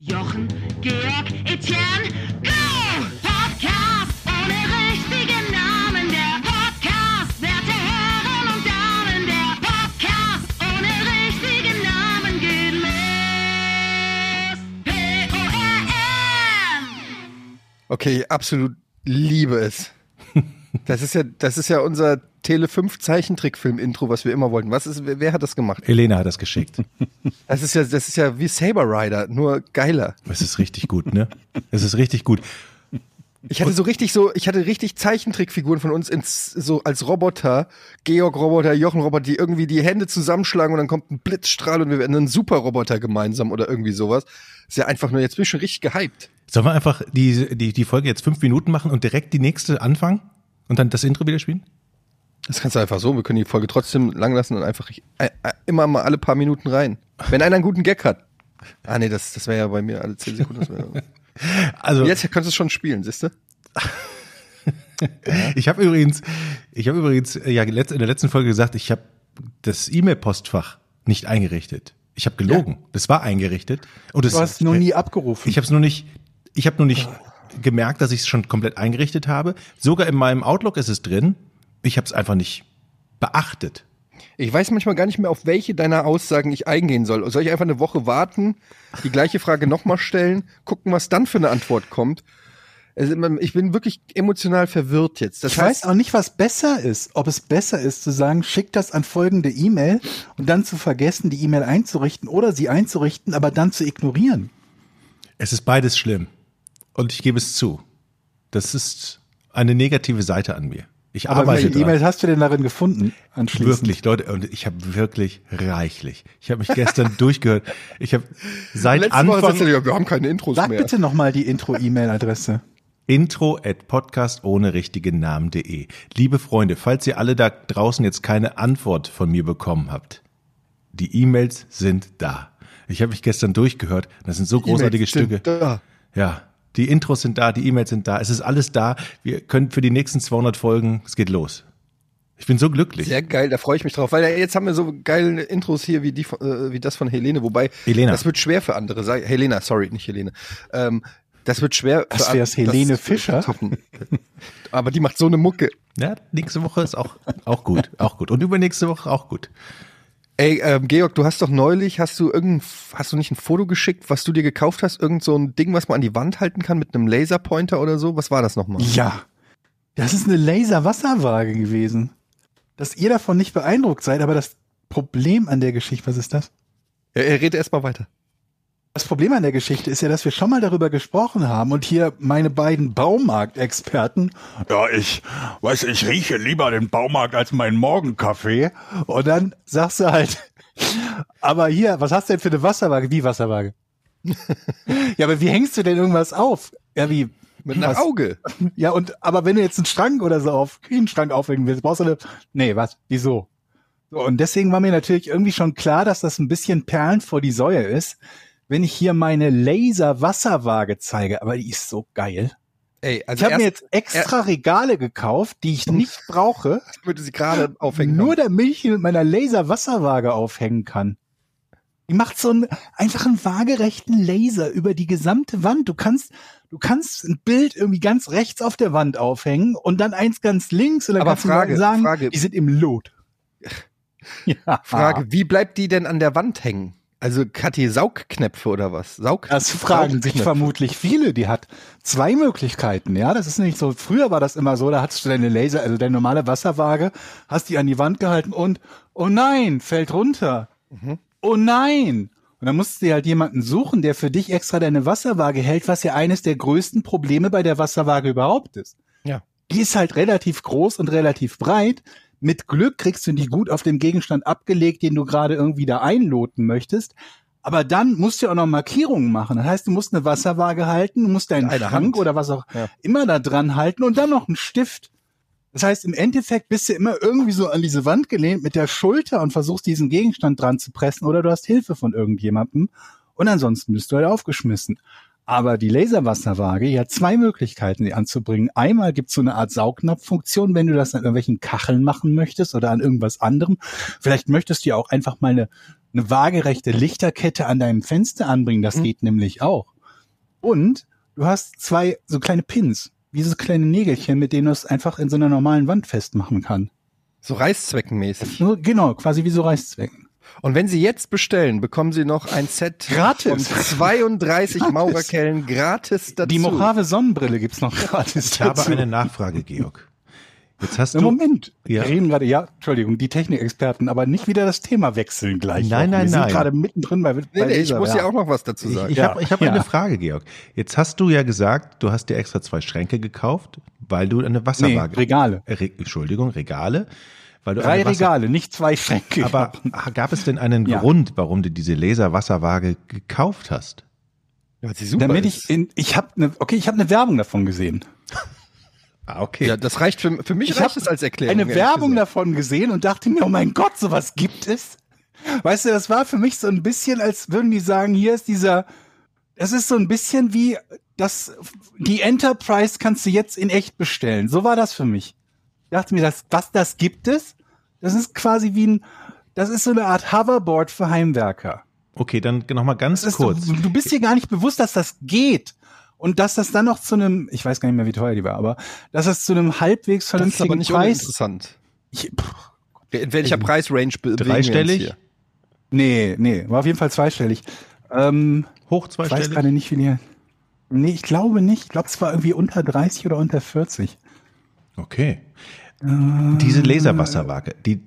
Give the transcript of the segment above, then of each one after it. Jochen, Georg, Etienne, go! Podcast ohne richtigen Namen, der Podcast, werte Herren und Damen, der Podcast ohne richtigen Namen geht los. P-O-R-M! Okay, absolut liebe es. Das ist ja, das ist ja unser Tele 5 Zeichentrickfilm Intro, was wir immer wollten. Was ist wer wer hat das gemacht? Elena hat das geschickt. Das ist ja das ist ja wie Saber Rider, nur geiler. Es ist richtig gut, ne? Es ist richtig gut. Ich hatte so richtig so, ich hatte richtig Zeichentrickfiguren von uns ins so als Roboter, Georg Roboter, Jochen Roboter, die irgendwie die Hände zusammenschlagen und dann kommt ein Blitzstrahl und wir werden ein Superroboter gemeinsam oder irgendwie sowas. Ist ja einfach nur jetzt bin ich schon richtig gehypt. Sollen wir einfach die, die, die Folge jetzt fünf Minuten machen und direkt die nächste anfangen und dann das Intro wieder spielen? Das kannst du einfach so, wir können die Folge trotzdem lang lassen und einfach ich- äh, äh, immer mal alle paar Minuten rein. Wenn einer einen guten Gag hat. Ah nee, das, das wäre ja bei mir alle 10 Sekunden. Das wär, Also jetzt könntest du es schon spielen, siehst du? ich habe übrigens, ich habe übrigens äh, ja letzt- in der letzten Folge gesagt, ich habe das E-Mail-Postfach nicht eingerichtet. Ich habe gelogen. Das war eingerichtet und es Du hast noch nie abgerufen. Ich habe es nur nicht, ich habe nur nicht gemerkt, dass ich es schon komplett eingerichtet habe. Sogar in meinem Outlook ist es drin. Ich habe es einfach nicht beachtet. Ich weiß manchmal gar nicht mehr, auf welche deiner Aussagen ich eingehen soll. Soll ich einfach eine Woche warten, die gleiche Frage nochmal stellen, gucken, was dann für eine Antwort kommt? Also man- ich bin wirklich emotional verwirrt jetzt. Das ich heißt, weiß auch nicht, was besser ist. Ob es besser ist, zu sagen, schick das an folgende E-Mail und dann zu vergessen, die E-Mail einzurichten oder sie einzurichten, aber dann zu ignorieren. Es ist beides schlimm. Und ich gebe es zu. Das ist eine negative Seite an mir. Ich Aber arbeite welche dran. E-Mail hast du denn darin gefunden anschließend? Wirklich, Leute, und ich habe wirklich reichlich. Ich habe mich gestern durchgehört. Ich habe seit letzte Woche Anfang sagst du, ja, wir haben keine Intros Sag mehr. bitte nochmal die Intro-E-Mail-Adresse. Intro at podcast ohne richtigen Namen.de. Liebe Freunde, falls ihr alle da draußen jetzt keine Antwort von mir bekommen habt, die E-Mails sind da. Ich habe mich gestern durchgehört. Das sind so großartige E-Mails sind Stücke. da. Ja, die Intros sind da, die E-Mails sind da. Es ist alles da. Wir können für die nächsten 200 Folgen, es geht los. Ich bin so glücklich. Sehr geil, da freue ich mich drauf, weil äh, jetzt haben wir so geile Intros hier wie die von- äh, wie das von Helene, wobei Helena. das wird schwer für andere. Sag, Helena, sorry, nicht Helene. Ähm, das wird schwer. Das für wär's an- Helene Fischer. zu toppen. Aber die macht so eine Mucke. Ja, nächste Woche ist auch, auch gut, auch gut. Und übernächste Woche auch gut. Ey, ähm, Georg, du hast doch neulich, hast du irgendein, hast du nicht ein Foto geschickt, was du dir gekauft hast? Irgend so ein Ding, was man an die Wand halten kann mit einem Laserpointer oder so? Was war das nochmal? Ja. Das ist eine Laser-Wasserwaage gewesen. Dass ihr davon nicht beeindruckt seid, aber das Problem an der Geschichte, was ist das? Er, er redet erstmal weiter. Das Problem an der Geschichte ist ja, dass wir schon mal darüber gesprochen haben und hier meine beiden Baumarktexperten, ja, ich weiß, ich rieche lieber den Baumarkt als meinen Morgenkaffee. Und dann sagst du halt, aber hier, was hast du denn für eine Wasserwaage? Wie Wasserwaage? ja, aber wie hängst du denn irgendwas auf? Ja, wie? Mit einem was? Auge. Ja, und aber wenn du jetzt einen Schrank oder so auf einen Schrank aufhängen willst, brauchst du eine. Nee, was? Wieso? So, und deswegen war mir natürlich irgendwie schon klar, dass das ein bisschen Perlen vor die Säue ist, wenn ich hier meine Laser-Wasserwaage zeige. Aber die ist so geil. Ey, Ich also erst habe Mhm. mir jetzt extra Regale gekauft, die ich nicht brauche, würde sie gerade aufhängen. nur haben. damit ich die mit meiner Laser-Wasserwaage aufhängen kann. Die macht so einen einfach einen waagerechten Laser über die gesamte Wand. Du kannst, du kannst ein Bild irgendwie ganz rechts auf der Wand aufhängen und dann eins ganz links und dann Aber kannst Frage, du sagen, Frage. die sind im Lot. Ja. Frage, wie bleibt die denn an der Wand hängen? Also hat die Saugknöpfe oder was? Saug Das fragen sich Saugknöpfe. vermutlich viele. Die hat zwei Möglichkeiten. Ja, das ist nicht so. Früher war das immer so. Da hattest du deine Laser, also deine normale Wasserwaage, hast die an die Wand gehalten und oh nein, fällt runter. Oh nein. Und dann musst du dir halt jemanden suchen, der für dich extra deine Wasserwaage hält, was ja eines der größten Probleme bei der Wasserwaage überhaupt ist. Ja. Die ist halt relativ groß und relativ breit. Mit Glück kriegst du die gut auf dem Gegenstand abgelegt, den du gerade irgendwie da einloten möchtest. Aber dann musst du ja auch noch Markierungen machen. Das heißt, du musst eine Wasserwaage halten, du musst deinen Eine Schrank Hand. oder was auch Ja. immer da dran halten und dann noch einen Stift. Das heißt, im Endeffekt bist du immer irgendwie so an diese Wand gelehnt mit der Schulter und versuchst diesen Gegenstand dran zu pressen oder du hast Hilfe von irgendjemandem und ansonsten bist du halt aufgeschmissen. Aber die Laserwasserwaage, die hat zwei Möglichkeiten, die anzubringen. Einmal gibt es so eine Art Saugnapffunktion, wenn du das an irgendwelchen Kacheln machen möchtest oder an irgendwas anderem. Vielleicht möchtest Mhm. du ja auch einfach mal eine, eine waagerechte Lichterkette an deinem Fenster anbringen. Das geht nämlich auch. Und du hast zwei so kleine Pins, wie so kleine Nägelchen, mit denen du es einfach in so einer normalen Wand festmachen kann. So reißzweckenmäßig. Nur, genau, quasi wie so Reißzwecken. Und wenn Sie jetzt bestellen, bekommen Sie noch ein Set Gratis. von 32 Gratis. Maurerkellen gratis dazu. Die Mojave-Sonnenbrille gibt's noch gratis. Ich habe dazu. eine Nachfrage, Georg. Jetzt hast Na, du. Moment, Ja. wir reden gerade, ja, Entschuldigung, die Technikexperten, aber nicht wieder das Thema wechseln gleich. Nein, noch. nein, wir sind nein. gerade mittendrin bei, bei Nee, nee, ich dieser muss ja Werbung. auch noch was dazu Ich, sagen. ich Ja. habe ich hab Ja. eine Frage, Georg. Jetzt hast du ja gesagt, du hast dir extra zwei Schränke gekauft, weil du eine Nee, Wasserwaage. Regale. Re Entschuldigung, Regale. Weil du Drei eine Wasser- Regale, nicht zwei Schränke. Aber gab es denn einen Ja. Grund, warum du diese Laserwasserwaage gekauft hast? Weil sie super damit ist. ich in, ich habe eine, okay, ich habe eine Werbung davon gesehen. Ah, okay. ja, das reicht für, für mich Ich reicht habe es als Erklärung. eine ehrlich Werbung gesagt. davon gesehen und dachte mir, oh mein Gott, sowas gibt es. Weißt du, das war für mich so ein bisschen, als würden die sagen, hier ist dieser, das ist so ein bisschen wie das, die Enterprise kannst du jetzt in echt bestellen. So war das für mich. Ich dachte mir, das, was, das gibt es? Das ist quasi wie ein, das ist so eine Art Hoverboard für Heimwerker. Okay, dann nochmal ganz Das ist, kurz. Du, du bist dir gar nicht bewusst, dass das geht. Und dass das dann noch zu einem, ich weiß gar nicht mehr, wie teuer die war, aber dass das zu einem halbwegs das ist aber vernünftigen nicht Preis. Also uninteressant. Ich, pff, In welcher Preisrange be- bewegen wir uns Dreistellig? hier? nee, nee, war auf jeden Fall zweistellig. Ähm, Hoch ich weiß zweistellig. gerade nicht, wie die. Nee, ich glaube nicht. Ich glaube, es war irgendwie unter 30 oder unter 40. Okay. Ähm. Diese Laserwasserwaage, die,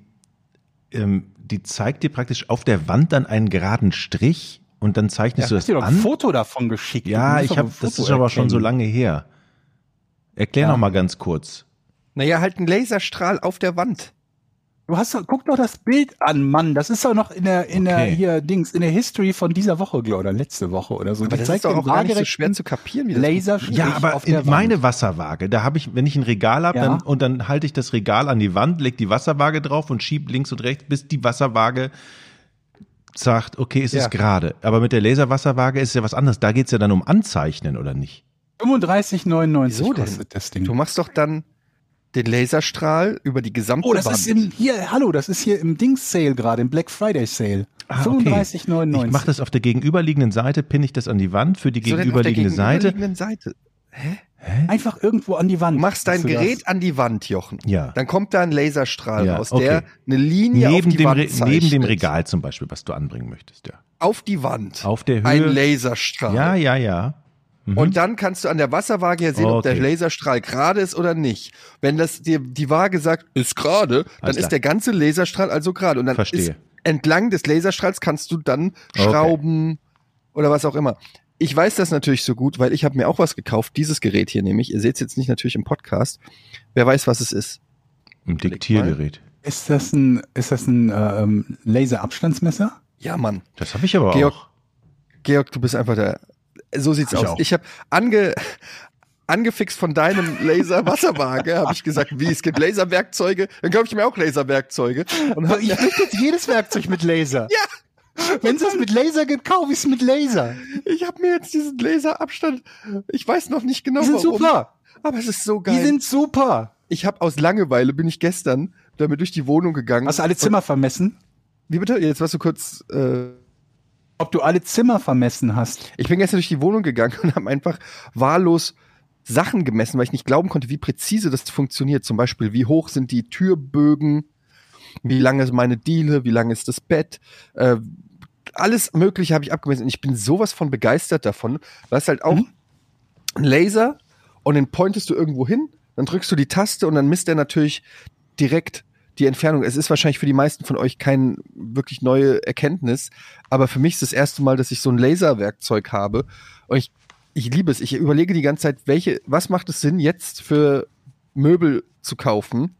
ähm, die zeigt dir praktisch auf der Wand dann einen geraden Strich und dann zeichnest hast du dir das doch ein an. Foto davon geschickt. Du Ja, musst ich doch ein habe. Foto Das ist aber schon so erkennen. lange her. Erklär Ja. noch mal ganz kurz. Naja, halt ein Laserstrahl auf der Wand. Du hast doch, guck doch das Bild an, Mann. Das ist doch noch in der, in der Okay. hier Dings, in der History von dieser Woche, glaube ich, oder letzte Woche oder so. Aber Die das zeigt ist doch den auch gar nicht so waagerechten schwer zu kapieren, wie das Laserstrich Ja, aber auf der Wand. meine Wasserwaage, da habe ich, wenn ich ein Regal habe Ja. dann, und dann halte ich das Regal an die Wand, leg die Wasserwaage drauf und schieb links und rechts, bis die Wasserwaage sagt, okay, es Ja. ist gerade. Aber mit der Laserwasserwaage ist ja was anderes. Da geht's ja dann um Anzeichnen, oder nicht? 35,99 Wieso denn? kostet das Hm. Ding. Du machst doch dann den Laserstrahl über die gesamte Oh, das Wand. ist im, hier, hallo, das ist hier im Dings-Sale gerade, im Black Friday-Sale. Ah, okay. Ich 35,99. mache das auf der gegenüberliegenden Seite, pinne ich das an die Wand für die So denn auf der gegenüberliegende Seite. gegenüberliegenden Seite. Einfach irgendwo an die Wand. Du machst dein Dass du das- Gerät an die Wand, Jochen. Ja. Dann kommt da ein Laserstrahl Ja, raus, okay. der eine Linie auf Neben die dem, Wand Re- zeichnet. neben dem Regal zum Beispiel, was du anbringen möchtest, ja. Auf die Wand. Auf der Höhe. Ein Laserstrahl. Ja, ja, ja. Mhm. Und dann kannst du an der Wasserwaage ja sehen, ob Okay. der Laserstrahl gerade ist oder nicht. Wenn das dir die Waage sagt, ist gerade, dann Alles klar. ist der ganze Laserstrahl also gerade. Und dann Verstehe. ist entlang des Laserstrahls kannst du Ah, dann Okay. schrauben oder was auch immer. Ich weiß das natürlich so gut, weil ich habe mir auch was gekauft. Dieses Gerät hier nämlich. Ihr seht es jetzt nicht natürlich im Podcast. Wer weiß, was es ist. Ein Diktiergerät. Ist das ein, ist das ein äh, ähm, Laser-Abstandsmesser? Ja, Mann. Das habe ich aber Georg, auch. Georg, du bist einfach der. So sieht's Ich aus. auch. Ich habe ange, angefixt von deinem Laser-Wasserwaage, habe ich gesagt, wie es gibt Laserwerkzeuge, dann kaufe ich mir auch Laserwerkzeuge. Und hab, Ich möchte jetzt jedes Werkzeug mit Laser. ja, Wenn es das mit Laser gibt, kaufe ich es mit Laser. ich habe mir jetzt diesen Laserabstand. Ich weiß noch nicht genau, Die sind warum, super. aber es ist so Die geil. sind super. ich habe aus Langeweile bin ich gestern damit durch die Wohnung gegangen. Hast du alle Zimmer vermessen? Wie bitte? Jetzt warst du kurz. Äh, Ob du alle Zimmer vermessen hast? Ich bin gestern durch die Wohnung gegangen und habe einfach wahllos Sachen gemessen, weil ich nicht glauben konnte, wie präzise das funktioniert. Zum Beispiel, wie hoch sind die Türbögen, wie lang ist meine Diele, wie lang ist das Bett. Äh, alles Mögliche habe ich abgemessen und ich bin sowas von begeistert davon. Du hast halt auch einen Laser und den pointest du irgendwo hin, dann drückst du die Taste und dann misst er natürlich direkt die Entfernung. Es ist wahrscheinlich für die meisten von euch keine wirklich neue Erkenntnis, aber für mich ist das erste Mal, dass ich so ein Laserwerkzeug habe und ich, ich liebe es. Ich überlege die ganze Zeit, welche, was macht es Sinn, jetzt für Möbel zu kaufen,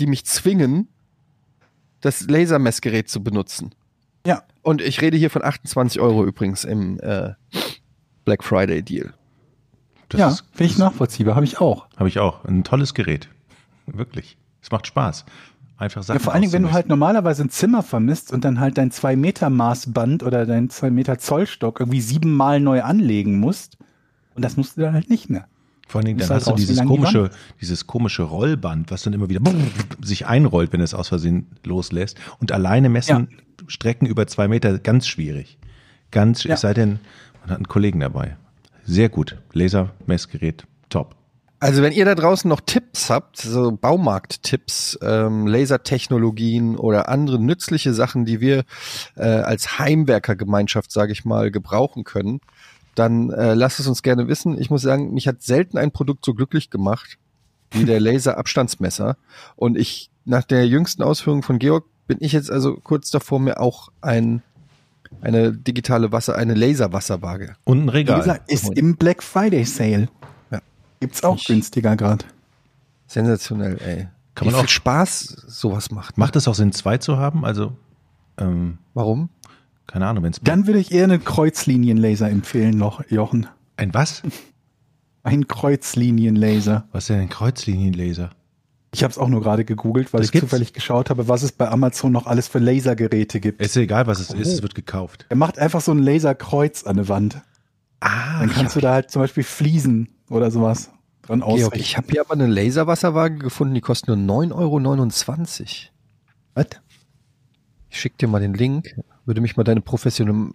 die mich zwingen, das Lasermessgerät zu benutzen. Ja. Und ich rede hier von 28 Euro übrigens im äh, Black Friday Deal. Das ja, ist- finde ich nachvollziehbar. Habe ich auch. Habe ich auch. Ein tolles Gerät. Wirklich. Es macht Spaß. Einfach Sachen. Ja, vor allen Dingen, wenn du auszumessen. halt normalerweise ein Zimmer vermisst und dann halt dein 2-Meter-Maßband oder dein 2-Meter-Zollstock irgendwie siebenmal neu anlegen musst. Und das musst du dann halt nicht mehr. Vor allen Dingen, dann Ist halt hast du raus, wie dieses lang die komische, dieses komische Rollband, was dann immer wieder sich einrollt, wenn du es aus Versehen loslässt. Und alleine messen Strecken über zwei Meter ganz schwierig. Ganz, schwierig. Ja. es sei denn, man hat einen Kollegen dabei. Sehr gut. Laser, Messgerät, top. Also wenn ihr da draußen noch Tipps habt, so Baumarkt-Tipps, ähm, Lasertechnologien oder andere nützliche Sachen, die wir äh, als Heimwerkergemeinschaft, sage ich mal, gebrauchen können, dann äh, lasst es uns gerne wissen. Ich muss sagen, mich hat selten ein Produkt so glücklich gemacht wie der Laser-Abstandsmesser. Und ich, nach der jüngsten Ausführung von Georg, bin ich jetzt also kurz davor, mir auch ein, eine digitale Wasser, eine Laserwasserwaage. Und ein Wie Regal. gesagt, ist im Black Friday Sale. Ja. Gibt's auch günstiger gerade. Sensationell, ey. Kann Wie man viel auch- Spaß sowas macht. Macht es auch Sinn, zwei zu haben? Also, ähm, Warum? keine Ahnung, wenn es. Dann würde ich eher einen Kreuzlinienlaser empfehlen, noch, Jochen. Ein was? Ein Kreuzlinienlaser. Was ist denn ein Kreuzlinienlaser? Ich habe es auch nur gerade gegoogelt, weil Das ich gibt's? zufällig geschaut habe, was es bei Amazon noch alles für Lasergeräte gibt. Ist ja egal, was es ist, es wird gekauft. er macht einfach so ein Laserkreuz an eine Wand. Ah, Dann kannst du da halt zum Beispiel Fliesen oder sowas dran Georg, ausrichten. ich habe hier aber eine Laserwasserwaage gefunden, die kostet nur 9,29 Euro. was? Ich schick dir mal den Link. Würde mich mal deine professionelle.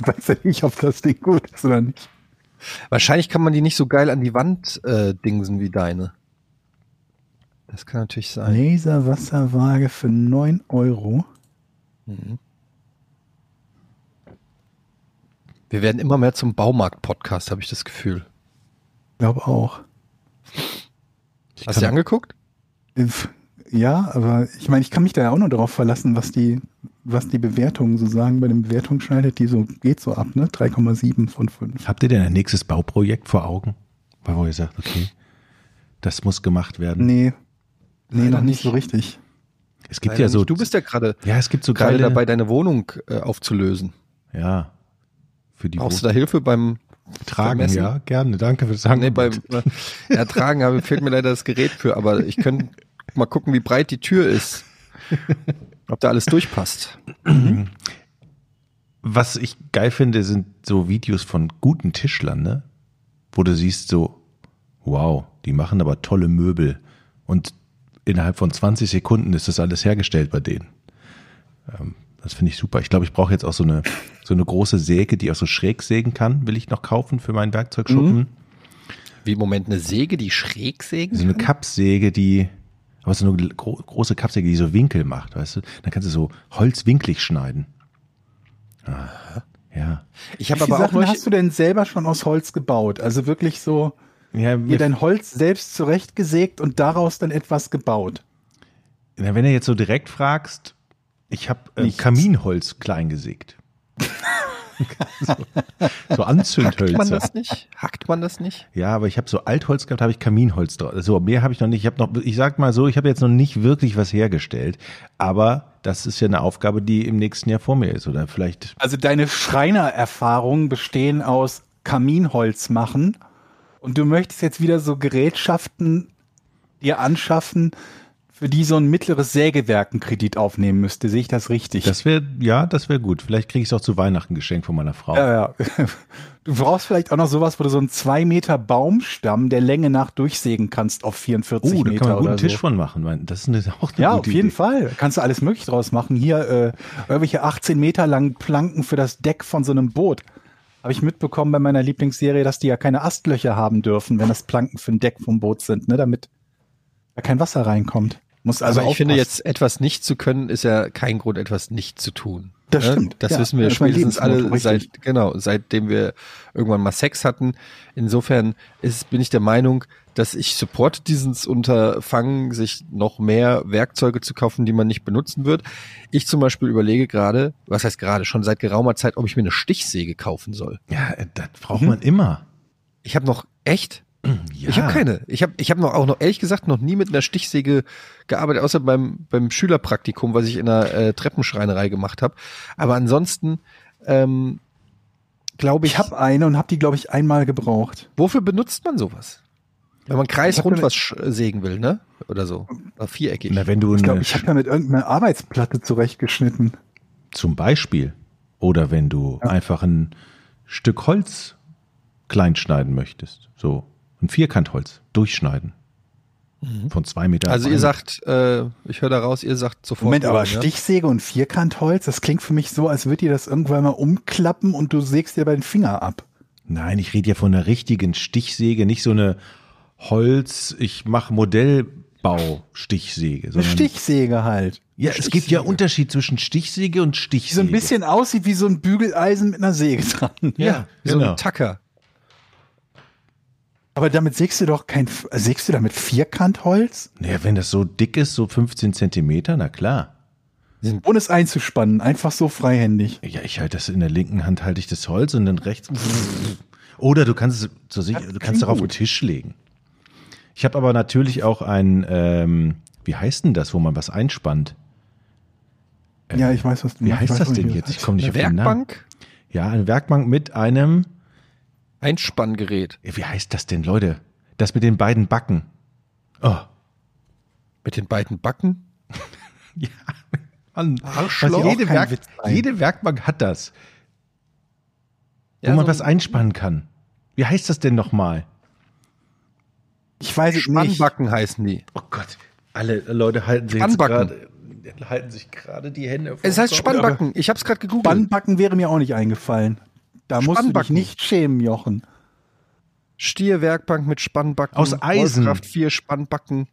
Weiß ja nicht, ob das Ding gut ist oder nicht. Wahrscheinlich kann man die nicht so geil an die Wand äh, dingsen wie deine. Das kann natürlich sein. Laserwasserwaage für 9 Euro. Wir werden immer mehr zum Baumarkt-Podcast, habe ich das Gefühl. Ich glaube auch. Ich Hast du dir kann, angeguckt? If- Äh, Ja, aber ich meine, ich kann mich da ja auch nur darauf verlassen, was die, was die Bewertungen so sagen. Bei den Bewertungen schneidet die so, geht so ab, ne? 3,7 von 5. habt ihr denn ein nächstes Bauprojekt vor Augen? Weil wo ihr sagt, okay, das muss gemacht werden. Nee. Nee, Leider noch nicht nicht. so richtig. es gibt Leider ja so. nicht. Du bist ja gerade ja, es gibt so gerade geile, dabei, deine Wohnung äh, aufzulösen. Ja. Für die Brauchst du da Hilfe beim Tragen, vermessen? ja, gerne. Danke fürs Sagen. Nee, beim äh, Ertragen habe, fehlt mir leider das Gerät für, aber ich könnte mal gucken, wie breit die Tür ist. Ob da alles durchpasst. Was ich geil finde, sind so Videos von guten Tischlern, ne? Wo du siehst so, wow, die machen aber tolle Möbel. Und innerhalb von 20 Sekunden ist das alles hergestellt bei denen. Ähm, das finde ich super. Ich glaube, ich brauche jetzt auch so eine, so eine große Säge, die auch so schräg sägen kann, will ich noch kaufen für meinen Werkzeugschuppen. Wie im Moment eine Säge, die schräg sägen? So eine Kappsäge, die, aber so eine gro große Kappsäge, die so Winkel macht, weißt du? Dann kannst du so holzwinklig schneiden. Ah, ja. Ich habe Wie aber auch Sachen neulich- hast du denn selber schon aus Holz gebaut? Also wirklich so, Ja, dir mir, dein Holz selbst zurechtgesägt und daraus dann etwas gebaut. na, wenn du jetzt so direkt fragst, ich habe äh, Nichts. Kaminholz klein gesägt. so, so Hackt man Anzündhölzer. das nicht? Hackt man das nicht? Ja, aber ich habe so Altholz gehabt, habe ich Kaminholz drauf. So, mehr habe ich noch nicht. Ich habe noch, ich sag mal so, ich habe jetzt noch nicht wirklich was hergestellt. Aber das ist ja eine Aufgabe, die im nächsten Jahr vor mir ist. Oder vielleicht Also deine Schreinererfahrungen bestehen aus Kaminholz machen und du möchtest jetzt wieder so Gerätschaften dir anschaffen, für die so ein mittleres Sägewerk einen Kredit aufnehmen müsste. Sehe ich das richtig? Das wäre, ja, das wäre gut. Vielleicht kriege ich es auch zu Weihnachten geschenkt von meiner Frau. ja, ja. Du brauchst vielleicht auch noch sowas, wo du so einen 2 Meter Baumstamm der Länge nach durchsägen kannst auf 44 oh, da Meter kann man einen oder guten so. Tisch von machen. Mein- Das ist eine, auch eine Ja, gute auf jeden Idee. Fall. Kannst du alles mögliche draus machen. Hier äh, irgendwelche 18 Meter langen Planken für das Deck von so einem Boot. Habe ich mitbekommen bei meiner Lieblingsserie, dass die ja keine Astlöcher haben dürfen, wenn das Planken für ein Deck vom Boot sind, ne? damit da kein Wasser reinkommt. Muss also Also aber ich finde aufpassen. jetzt, etwas nicht zu können, ist ja kein Grund, etwas nicht zu tun. Das Ne? stimmt, Das ja. wissen wir Das ist mein spätestens Lebensmotto, alle richtig. seit, genau, seitdem wir irgendwann mal Sex hatten. Insofern ist, bin ich der Meinung, dass ich supporte dieses Unterfangen, sich noch mehr Werkzeuge zu kaufen, die man nicht benutzen wird. Ich zum Beispiel überlege gerade, was heißt gerade, schon seit geraumer Zeit, ob ich mir eine Stichsäge kaufen soll. Ja, äh, das braucht Mhm. man immer. Ich habe noch echt Ja. ich habe keine. Ich habe ich hab noch auch noch ehrlich gesagt noch nie mit einer Stichsäge gearbeitet, außer beim beim Schülerpraktikum, was ich in einer äh, Treppenschreinerei gemacht habe. Aber ansonsten ähm, glaube ich, ich habe eine und habe die, glaube ich, einmal gebraucht. wofür benutzt man sowas? Wenn man kreisrund was sch- äh, sägen will, ne? Oder so. Oder viereckig. Na, wenn du Ich glaube, eine, ich habe damit irgendeine Arbeitsplatte zurechtgeschnitten. zum Beispiel, oder wenn du einfach ein Stück Holz klein schneiden möchtest. So, ein Vierkantholz durchschneiden. Von zwei Meter. also auf ihr einen. sagt, äh, ich höre da raus, ihr sagt sofort. Moment, aber ja? Stichsäge und Vierkantholz, das klingt für mich so, als würdet ihr das irgendwann mal umklappen und du sägst dir bei den Finger ab. Nein, ich rede ja von einer richtigen Stichsäge, nicht so eine Holz, ich mache Modellbau-Stichsäge. Eine sondern- Stichsäge halt. Ja, es gibt ja Unterschied zwischen Stichsäge und Die Stichsäge. so ein bisschen aussieht wie so ein Bügeleisen mit einer Säge dran. Ja, so genau. ein Tacker. Aber damit sägst du doch kein, sägst du damit Vierkantholz? Naja, wenn das so dick ist, so 15 Zentimeter, na klar. Ohne es einzuspannen, einfach so freihändig. Ja, ich halte das in der linken Hand, halte ich das Holz und dann rechts. Oder du kannst es zur Sicht, du kannst klingt darauf gut. den Tisch legen. Ich habe aber natürlich auch ein, ähm, wie heißt denn das, wo man was einspannt? Ja, ich weiß, was du Wie meinst. heißt Ich weiß, das was denn du jetzt? Ich meinst. komme nicht Eine auf den Namen. Werkbank, Ja, eine Werkbank mit einem, ein Spanngerät. wie heißt das denn, Leute? Das mit den beiden Backen. Oh, Mit den beiden Backen. Ja. Mann, Arschloch. was, jede, Auch kein Werk, Witz sein. jede Werkbank hat das, Also wo Ja, man so was einspannen kann. Wie heißt das denn nochmal? Ich weiß es nicht. Spannbacken heißen die. Oh Gott, alle Leute halten sich jetzt halten sich gerade die Hände Es heißt Spannbacken. Ich habe es gerade gegoogelt. Spannbacken wäre mir auch nicht eingefallen. Da musst du dich Spannbacken. nicht schämen, Jochen. Stierwerkbank mit Spannbacken. Aus Eisen. Kraft 4 Spannbacken.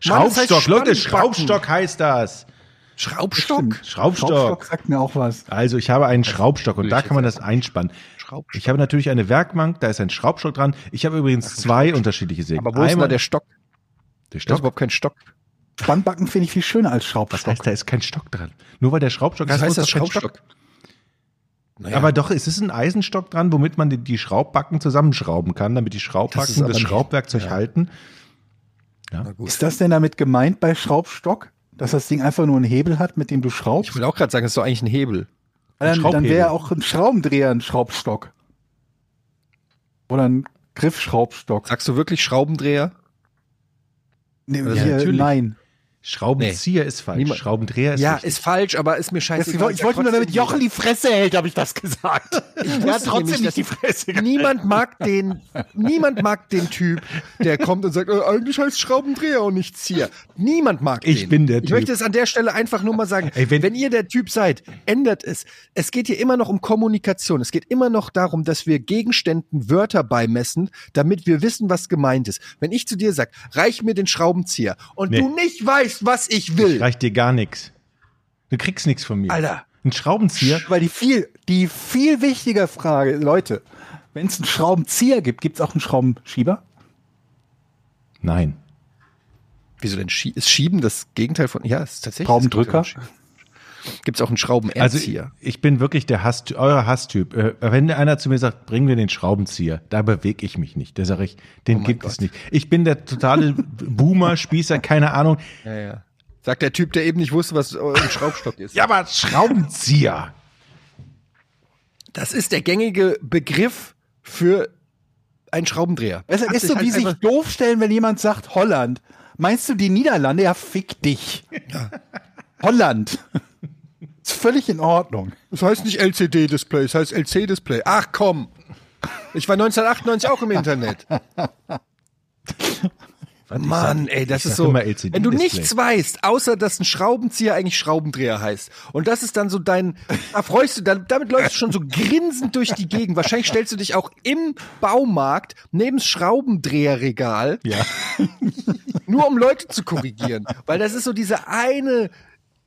Schraubstock, Mann, das heißt Leute, Spannbacken. Schraubstock heißt das. Schraubstock? Schraubstock. Schraubstock sagt mir auch was. Also ich habe einen Schraubstock und da kann man das einspannen. Schraubstock. Ich habe natürlich eine Werkbank, da ist ein Schraubstock dran. Ich habe übrigens zwei unterschiedliche Sägen. Aber wo ist denn da Einmal- der Stock? der Da ist Stock? überhaupt kein Stock. Spannbacken finde ich viel schöner als Schraubstock. Was heißt, da ist kein Stock dran? Nur weil der Schraubstock heißt, muss kein Naja, Aber doch, es ist ein Eisenstock dran, womit man die, die Schraubbacken zusammenschrauben kann, damit die Das ist Schraubbacken aber das, nicht- Schraubwerkzeug halten. na gut. Ist das denn damit gemeint bei Schraubstock? Dass das Ding einfach nur einen Hebel hat, mit dem du schraubst? ich will auch gerade sagen, das ist doch eigentlich ein Hebel. Dann, dann Schraubhebel. wäre auch ein Schraubendreher ein Schraubstock. Oder ein Griffschraubstock. Sagst du wirklich Schraubendreher? Nee, Ja, hier, natürlich. nein. Schraubenzieher ist falsch, Niemand- Schraubendreher ist ja, richtig. ist falsch, aber ist mir Das, scheißegal. ich, wollte- ich wollte nur, damit Jochen die Fresse hält, habe ich das gesagt. wusste Ich er hat nämlich, trotzdem dass- nicht die Fresse gehalten. Niemand mag den, niemand mag den Typ, der kommt und sagt, äh, eigentlich heißt Schraubendreher und nicht Zier. Niemand mag Ich den. bin der Typ. Ich möchte es an der Stelle einfach nur mal sagen. Ey, wenn- wenn, ihr der Typ seid, ändert es. Es geht hier immer noch um Kommunikation. Es geht immer noch darum, dass wir Gegenständen Wörter beimessen, damit wir wissen, was gemeint ist. Wenn ich zu dir sag, reich mir den Schraubenzieher und Nee. du nicht weißt, was ich Ich will. Reicht dir gar nichts. Du kriegst nichts von mir. Alter. Ein Schraubenzieher? Weil die viel, die viel wichtigere Frage, Leute, wenn es einen Schraubenzieher gibt, gibt es auch einen Schraubenschieber? Nein. Wieso denn Schie ist Schieben das Gegenteil von, ja, ist tatsächlich. Schraubendrücker? Gibt es auch einen Also Schraubenerzieher? ich, ich bin wirklich der Hass, euer Hasstyp. Äh, wenn einer zu mir sagt, bring mir den Schraubenzieher, da bewege ich mich nicht. Da sage ich, Oh den gibt es nicht. Ich bin der totale Boomer, Spießer, keine Ahnung. Ja, ja. Sagt der Typ, der eben nicht wusste, was äh, ein Schraubstock ist. Ja, aber Schraubenzieher. Das ist der gängige Begriff für einen Schraubendreher. Deshalb Hat ist sich so, halt wie sich einfach- doof stellen, wenn jemand sagt Holland. Meinst du die Niederlande? Ja, fick dich. Holland. Ist völlig in Ordnung. Das heißt nicht LCD-Display, es heißt LC-Display. Ach komm. Ich war 1998 auch im Internet. Mann, ey, das ich ist sag so. immer LCD-Display. Wenn du nichts weißt, außer dass ein Schraubenzieher eigentlich Schraubendreher heißt, und das ist dann so dein, da freust du, da- damit läufst du schon so grinsend durch die Gegend. Wahrscheinlich stellst du dich auch im Baumarkt neben das Schraubendreherregal, Ja. nur um Leute zu korrigieren, weil das ist so diese eine.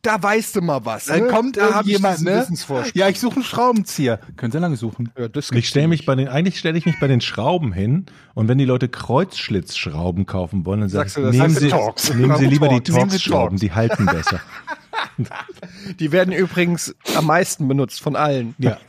Da weißt du mal was. Dann ne? kommt da hab ich irgendjemand, diesen ne? Wissensvorsprung. Ja, ich suche einen Schraubenzieher. Könnt ihr lange suchen. Ja, das Ich stelle mich bei den, eigentlich stelle ich mich bei den Schrauben hin und wenn die Leute Kreuzschlitzschrauben kaufen wollen, dann sage ich, Sagst du, das nehmen heißt Sie, Torx. nehmen Sie lieber die Torx, nehmen Sie Torx-Schrauben, Torx. die halten besser. Die werden übrigens am meisten benutzt von allen. ja.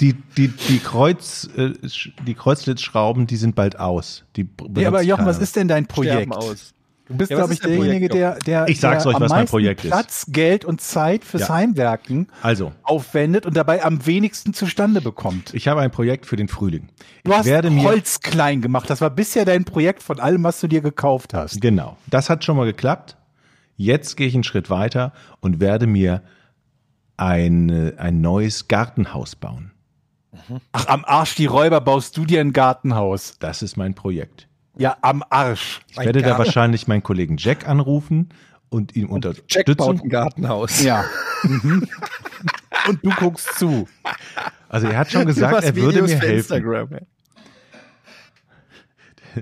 Die, die, die, Kreuz, äh, Sch- die Kreuzschlitzschrauben, die sind bald aus. Die b- benutzt Ja, aber Jochen, was keiner. ist denn dein Projekt? Sterben aus. Du bist, Ja, was glaube ich, ist dein Projekt, derjenige, der, der, Ich sag's der euch, am was mein meisten Projekt ist. Platz, Geld und Zeit fürs Ja. Heimwerken Also, aufwendet und dabei am wenigsten zustande bekommt. ich habe ein Projekt für den Frühling. Du ich hast werde mir, Holz klein gemacht. Das war bisher dein Projekt von allem, was du dir gekauft hast. Genau, das hat schon mal geklappt. Jetzt gehe ich einen Schritt weiter und werde mir ein, ein neues Gartenhaus bauen. Ach, am Arsch, die Räuber baust du dir ein Gartenhaus. Das ist mein Projekt. Ja, am Arsch. Ich werde da Garten. wahrscheinlich meinen Kollegen Jack anrufen und ihm Jack baut unterstützen. ein Gartenhaus. Ja. und du guckst zu. Also er hat schon gesagt, machst er würde Videos mir für helfen. Instagram. ja.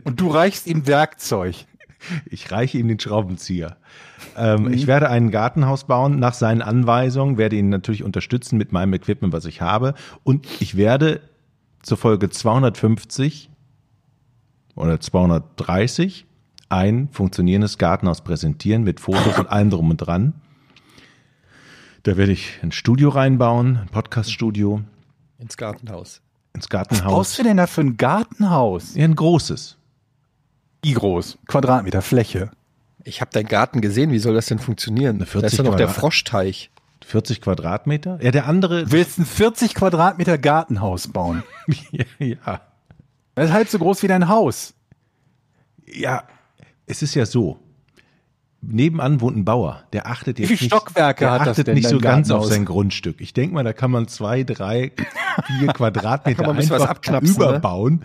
Und du reichst ihm Werkzeug. Ich reiche ihm den Schraubenzieher. Ähm, Ich werde ein Gartenhaus bauen nach seinen Anweisungen, werde ihn natürlich unterstützen mit meinem Equipment, was ich habe. Und ich werde zur Folge 250 oder 230 ein funktionierendes Gartenhaus präsentieren mit Fotos und allem drum und dran. Da werde ich ein Studio reinbauen, ein Podcast-Studio Ins Gartenhaus. ins Gartenhaus. Brauchst du denn da für ein Gartenhaus? Ja, ein großes. Wie groß? Quadratmeter Fläche. Ich habe deinen Garten gesehen, wie soll das denn funktionieren? Na, 40 da ist doch noch der Quadrat. Froschteich. 40 Quadratmeter? Ja, der andere. Willst ein 40 Quadratmeter Gartenhaus bauen? ja. Das ist halb so groß wie dein Haus. Ja, es ist ja so. Nebenan wohnt ein Bauer, der achtet jetzt Wie viele nicht, Stockwerke der hat das achtet denn, nicht so dein ganz auf Gartenhaus? sein Grundstück. Ich denke mal, da kann man zwei, drei, vier Quadratmeter Kann man ein bisschen was einfach abknapsen, überbauen,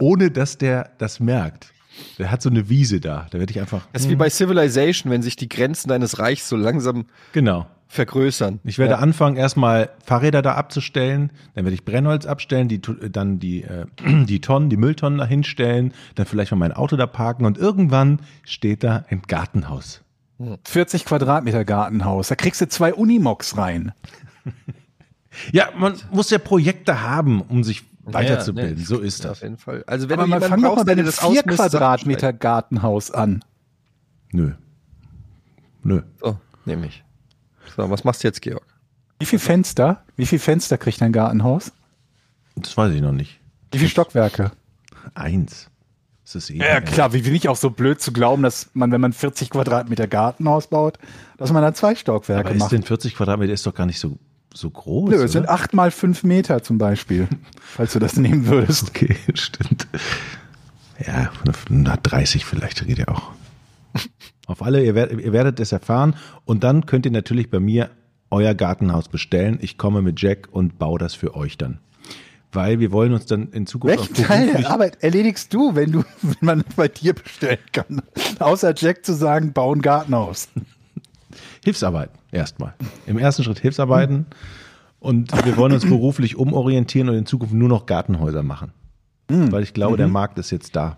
ohne dass der das merkt. Der hat so eine Wiese da, da werde ich einfach Das ist wie bei Civilization, wenn sich die Grenzen deines Reichs so langsam genau. vergrößern. Ich werde anfangen, erstmal Fahrräder da abzustellen, dann werde ich Brennholz abstellen, die, tu- dann die, äh, die Tonnen, die Mülltonnen da hinstellen, dann vielleicht mal mein Auto da parken und irgendwann steht da ein Gartenhaus. 40 Quadratmeter Gartenhaus. Da kriegst du zwei Unimogs rein. Ja, man muss ja Projekte haben, um sich Ja, weiterzubilden. nee, so ist ja, das. Auf jeden Fall. Also wenn Aber du man jemanden fang doch mal brauchst, der bei dir einem das 4 ausmisst, sag Quadratmeter Gartenhaus an. Nö. Nö. Bescheid. So, nehme ich. So, was machst du jetzt, Georg? Wie viel Fenster? Wie viel Fenster kriegt dein Gartenhaus? Das weiß ich noch nicht. Wie viele Stockwerke? Eins. Das ist eh. Ja, klar, wie bin ich auch so blöd zu glauben, dass man, wenn man 40 Quadratmeter Gartenhaus baut, dass man da zwei Stockwerke Aber ist macht. denn 40 Quadratmeter ist doch gar nicht so, so groß. Nö, es sind oder? acht mal fünf Meter zum Beispiel, falls du das nehmen würdest. Okay, stimmt. Ja, 130 vielleicht geht ja auch. Auf alle, ihr werdet, ihr werdet es erfahren. Und dann könnt ihr natürlich bei mir euer Gartenhaus bestellen. Ich komme mit Jack und baue das für euch dann. Weil wir wollen uns dann in Zukunft Welchen Teil der Arbeit erledigst du, wenn du, wenn man bei dir bestellen kann? Außer Jack zu sagen, bau ein Gartenhaus. Hilfsarbeiten erstmal. Im ersten Schritt Hilfsarbeiten. Und wir wollen uns beruflich umorientieren und in Zukunft nur noch Gartenhäuser machen. Hm. Weil ich glaube, der Mhm. Markt ist jetzt da.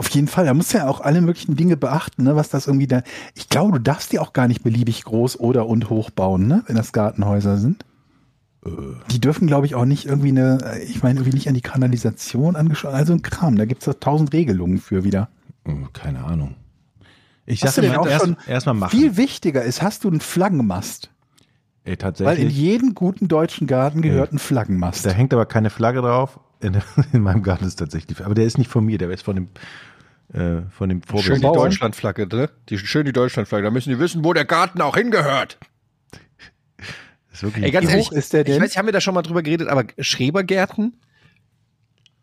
Auf jeden Fall, da musst du ja auch alle möglichen Dinge beachten, ne, was das irgendwie da. Ich glaube, du darfst die auch gar nicht beliebig groß oder und hoch bauen, ne, wenn das Gartenhäuser sind. Äh. Die dürfen, glaube ich, auch nicht irgendwie eine, ich meine, irgendwie nicht an die Kanalisation angeschaut. Also ein Kram, da gibt es tausend Regelungen für wieder. Hm, Keine Ahnung. Ich Hast du sage denn mal, auch erst, schon erstmal machen. Viel wichtiger ist, hast du einen Flaggenmast? Ey, Weil in tatsächlich. jeden guten deutschen Garten gehört ein Flaggenmast. Da hängt aber keine Flagge drauf. In, in meinem Garten ist tatsächlich. Aber der ist nicht von mir, der ist von dem, äh, von Schön dem die Vorbesitzer. Bauern. Deutschlandflagge, ne? Die, schön die Deutschlandflagge. Da müssen die wissen, wo der Garten auch hingehört. Ist wirklich- Ey, ganz Wie ehrlich, hoch ist der ich denn? weiß, haben wir da schon mal drüber geredet, aber Schrebergärten,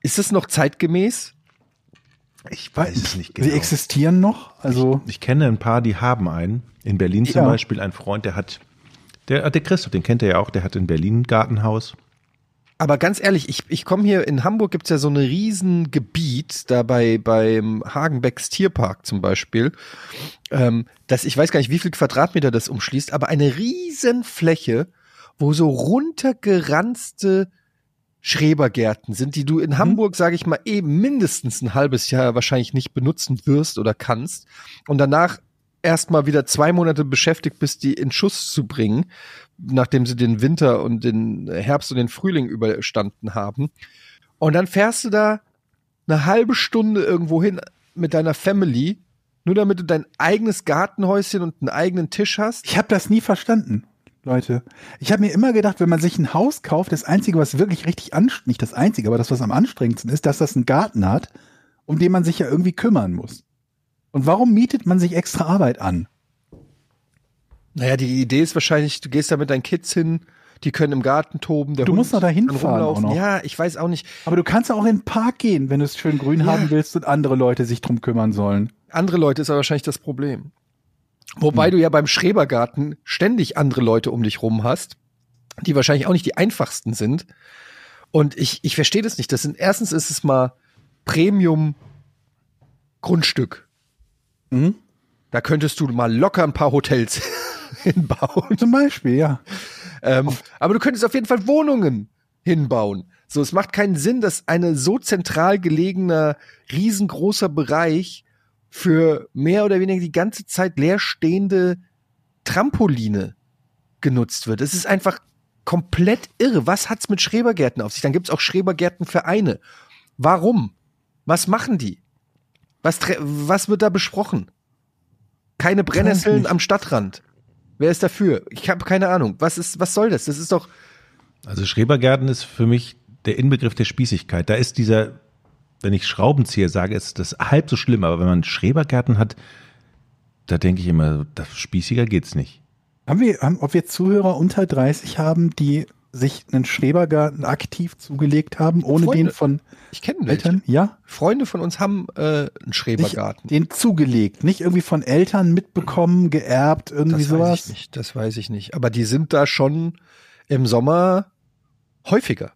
ist das noch zeitgemäß? ich weiß es nicht Genau. genau. Sie existieren noch? Also Ich kenne ein paar, die haben einen. In Berlin zum Ja. Beispiel ein Freund, der hat, der, der Christoph, den kennt er ja auch, der hat in Berlin ein Gartenhaus. Aber ganz ehrlich, ich, ich komme hier, in Hamburg gibt's ja so ein riesen Gebiet, da bei, beim Hagenbecks Tierpark zum Beispiel, ähm, das, ich weiß gar nicht, wie viel Quadratmeter das umschließt, aber eine riesen Fläche, wo so runtergeranzte Schrebergärten sind, die du in Hamburg, sage ich mal, eh mindestens ein halbes Jahr wahrscheinlich nicht benutzen wirst oder kannst und danach erstmal wieder zwei Monate beschäftigt bist, die in Schuss zu bringen, nachdem sie den Winter und den Herbst und den Frühling überstanden haben. Und dann fährst du da eine halbe Stunde irgendwo hin mit deiner Family, nur damit du dein eigenes Gartenhäuschen und einen eigenen Tisch hast. Ich habe das nie verstanden, Leute. Ich habe mir immer gedacht, wenn man sich ein Haus kauft, das Einzige, was wirklich richtig anstrengend, nicht das Einzige, aber das, was am anstrengendsten ist, dass das einen Garten hat, um den man sich ja irgendwie kümmern muss. Und warum mietet man sich extra Arbeit an? Naja, die Idee ist wahrscheinlich, du gehst da mit deinen Kids hin, die können im Garten toben. Der Du Hund musst noch dahin kann fahren auch rumlaufen. noch. Ja, ich weiß auch nicht. Aber du kannst auch in den Park gehen, wenn du es schön grün Ja. haben willst und andere Leute sich drum kümmern sollen. Andere Leute ist aber wahrscheinlich das Problem. Hm. Wobei du ja beim Schrebergarten ständig andere Leute um dich rum hast, die wahrscheinlich auch nicht die einfachsten sind. Und ich, ich verstehe das nicht. Das sind erstens ist es mal Premium Mhm. Grundstück. Da könntest du mal locker ein paar Hotels hinbauen. Zum Beispiel, ja. Ähm, aber du könntest auf jeden Fall Wohnungen hinbauen. So, es macht keinen Sinn, dass eine so zentral gelegener, riesengroßer Bereich für mehr oder weniger die ganze Zeit leerstehende Trampoline genutzt wird. Es ist einfach komplett irre. Was hat's mit Schrebergärten auf sich? Dann gibt's auch Schrebergärtenvereine. Warum? Was machen die? Was, tre- was wird da besprochen? Keine Brennnesseln nicht. am Stadtrand. Wer ist dafür? Ich habe keine Ahnung. Was ist, was soll das? Das ist doch, Also Schrebergärten ist für mich der Inbegriff der Spießigkeit. Da ist dieser, wenn ich Schraubenzieher sage, ist das halb so schlimm. Aber wenn man Schrebergärten hat, da denke ich immer, das spießiger geht's nicht. Haben wir, haben, ob wir Zuhörer unter 30 haben, die sich einen Schrebergarten aktiv zugelegt haben, ohne Freunde. den von ich kenne Eltern? Eltern. Ja? Freunde von uns haben äh, einen Nicht, Schrebergarten. den zugelegt, nicht irgendwie von Eltern mitbekommen, geerbt, irgendwie Mhm. das weiß ich sowas. nicht. Das weiß ich nicht. Aber die sind da schon im Sommer häufiger.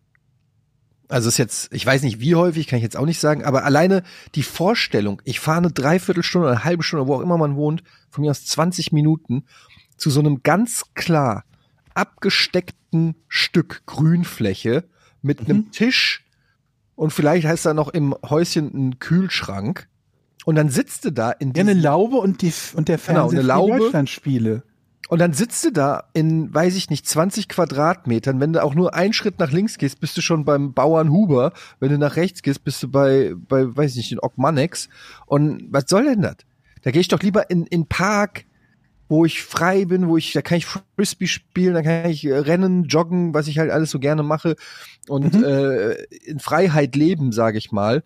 Also ist jetzt, ich weiß nicht wie häufig, kann ich jetzt auch nicht sagen, aber alleine die Vorstellung, ich fahre eine Dreiviertelstunde, eine halbe Stunde, wo auch immer man wohnt, von mir aus 20 Minuten, zu so einem ganz klar abgesteckten Stück Grünfläche mit Mhm. einem Tisch und vielleicht heißt da noch im Häuschen ein Kühlschrank und dann sitzt du da in Ja, eine Laube und, die, und der Genau, Fernseher eine für die Laube. Deutschlandspiele. Und dann sitzt du da in, weiß ich nicht, 20 Quadratmetern. Wenn du auch nur einen Schritt nach links gehst, bist du schon beim Bauern Huber. Wenn du nach rechts gehst, bist du bei, bei weiß ich nicht, den Ogmanex. Und was soll denn das? Da gehe ich doch lieber in in Park, wo ich frei bin, wo ich, da kann ich Frisbee spielen, da kann ich äh, rennen, joggen, was ich halt alles so gerne mache. Und äh, in Freiheit leben, sage ich mal.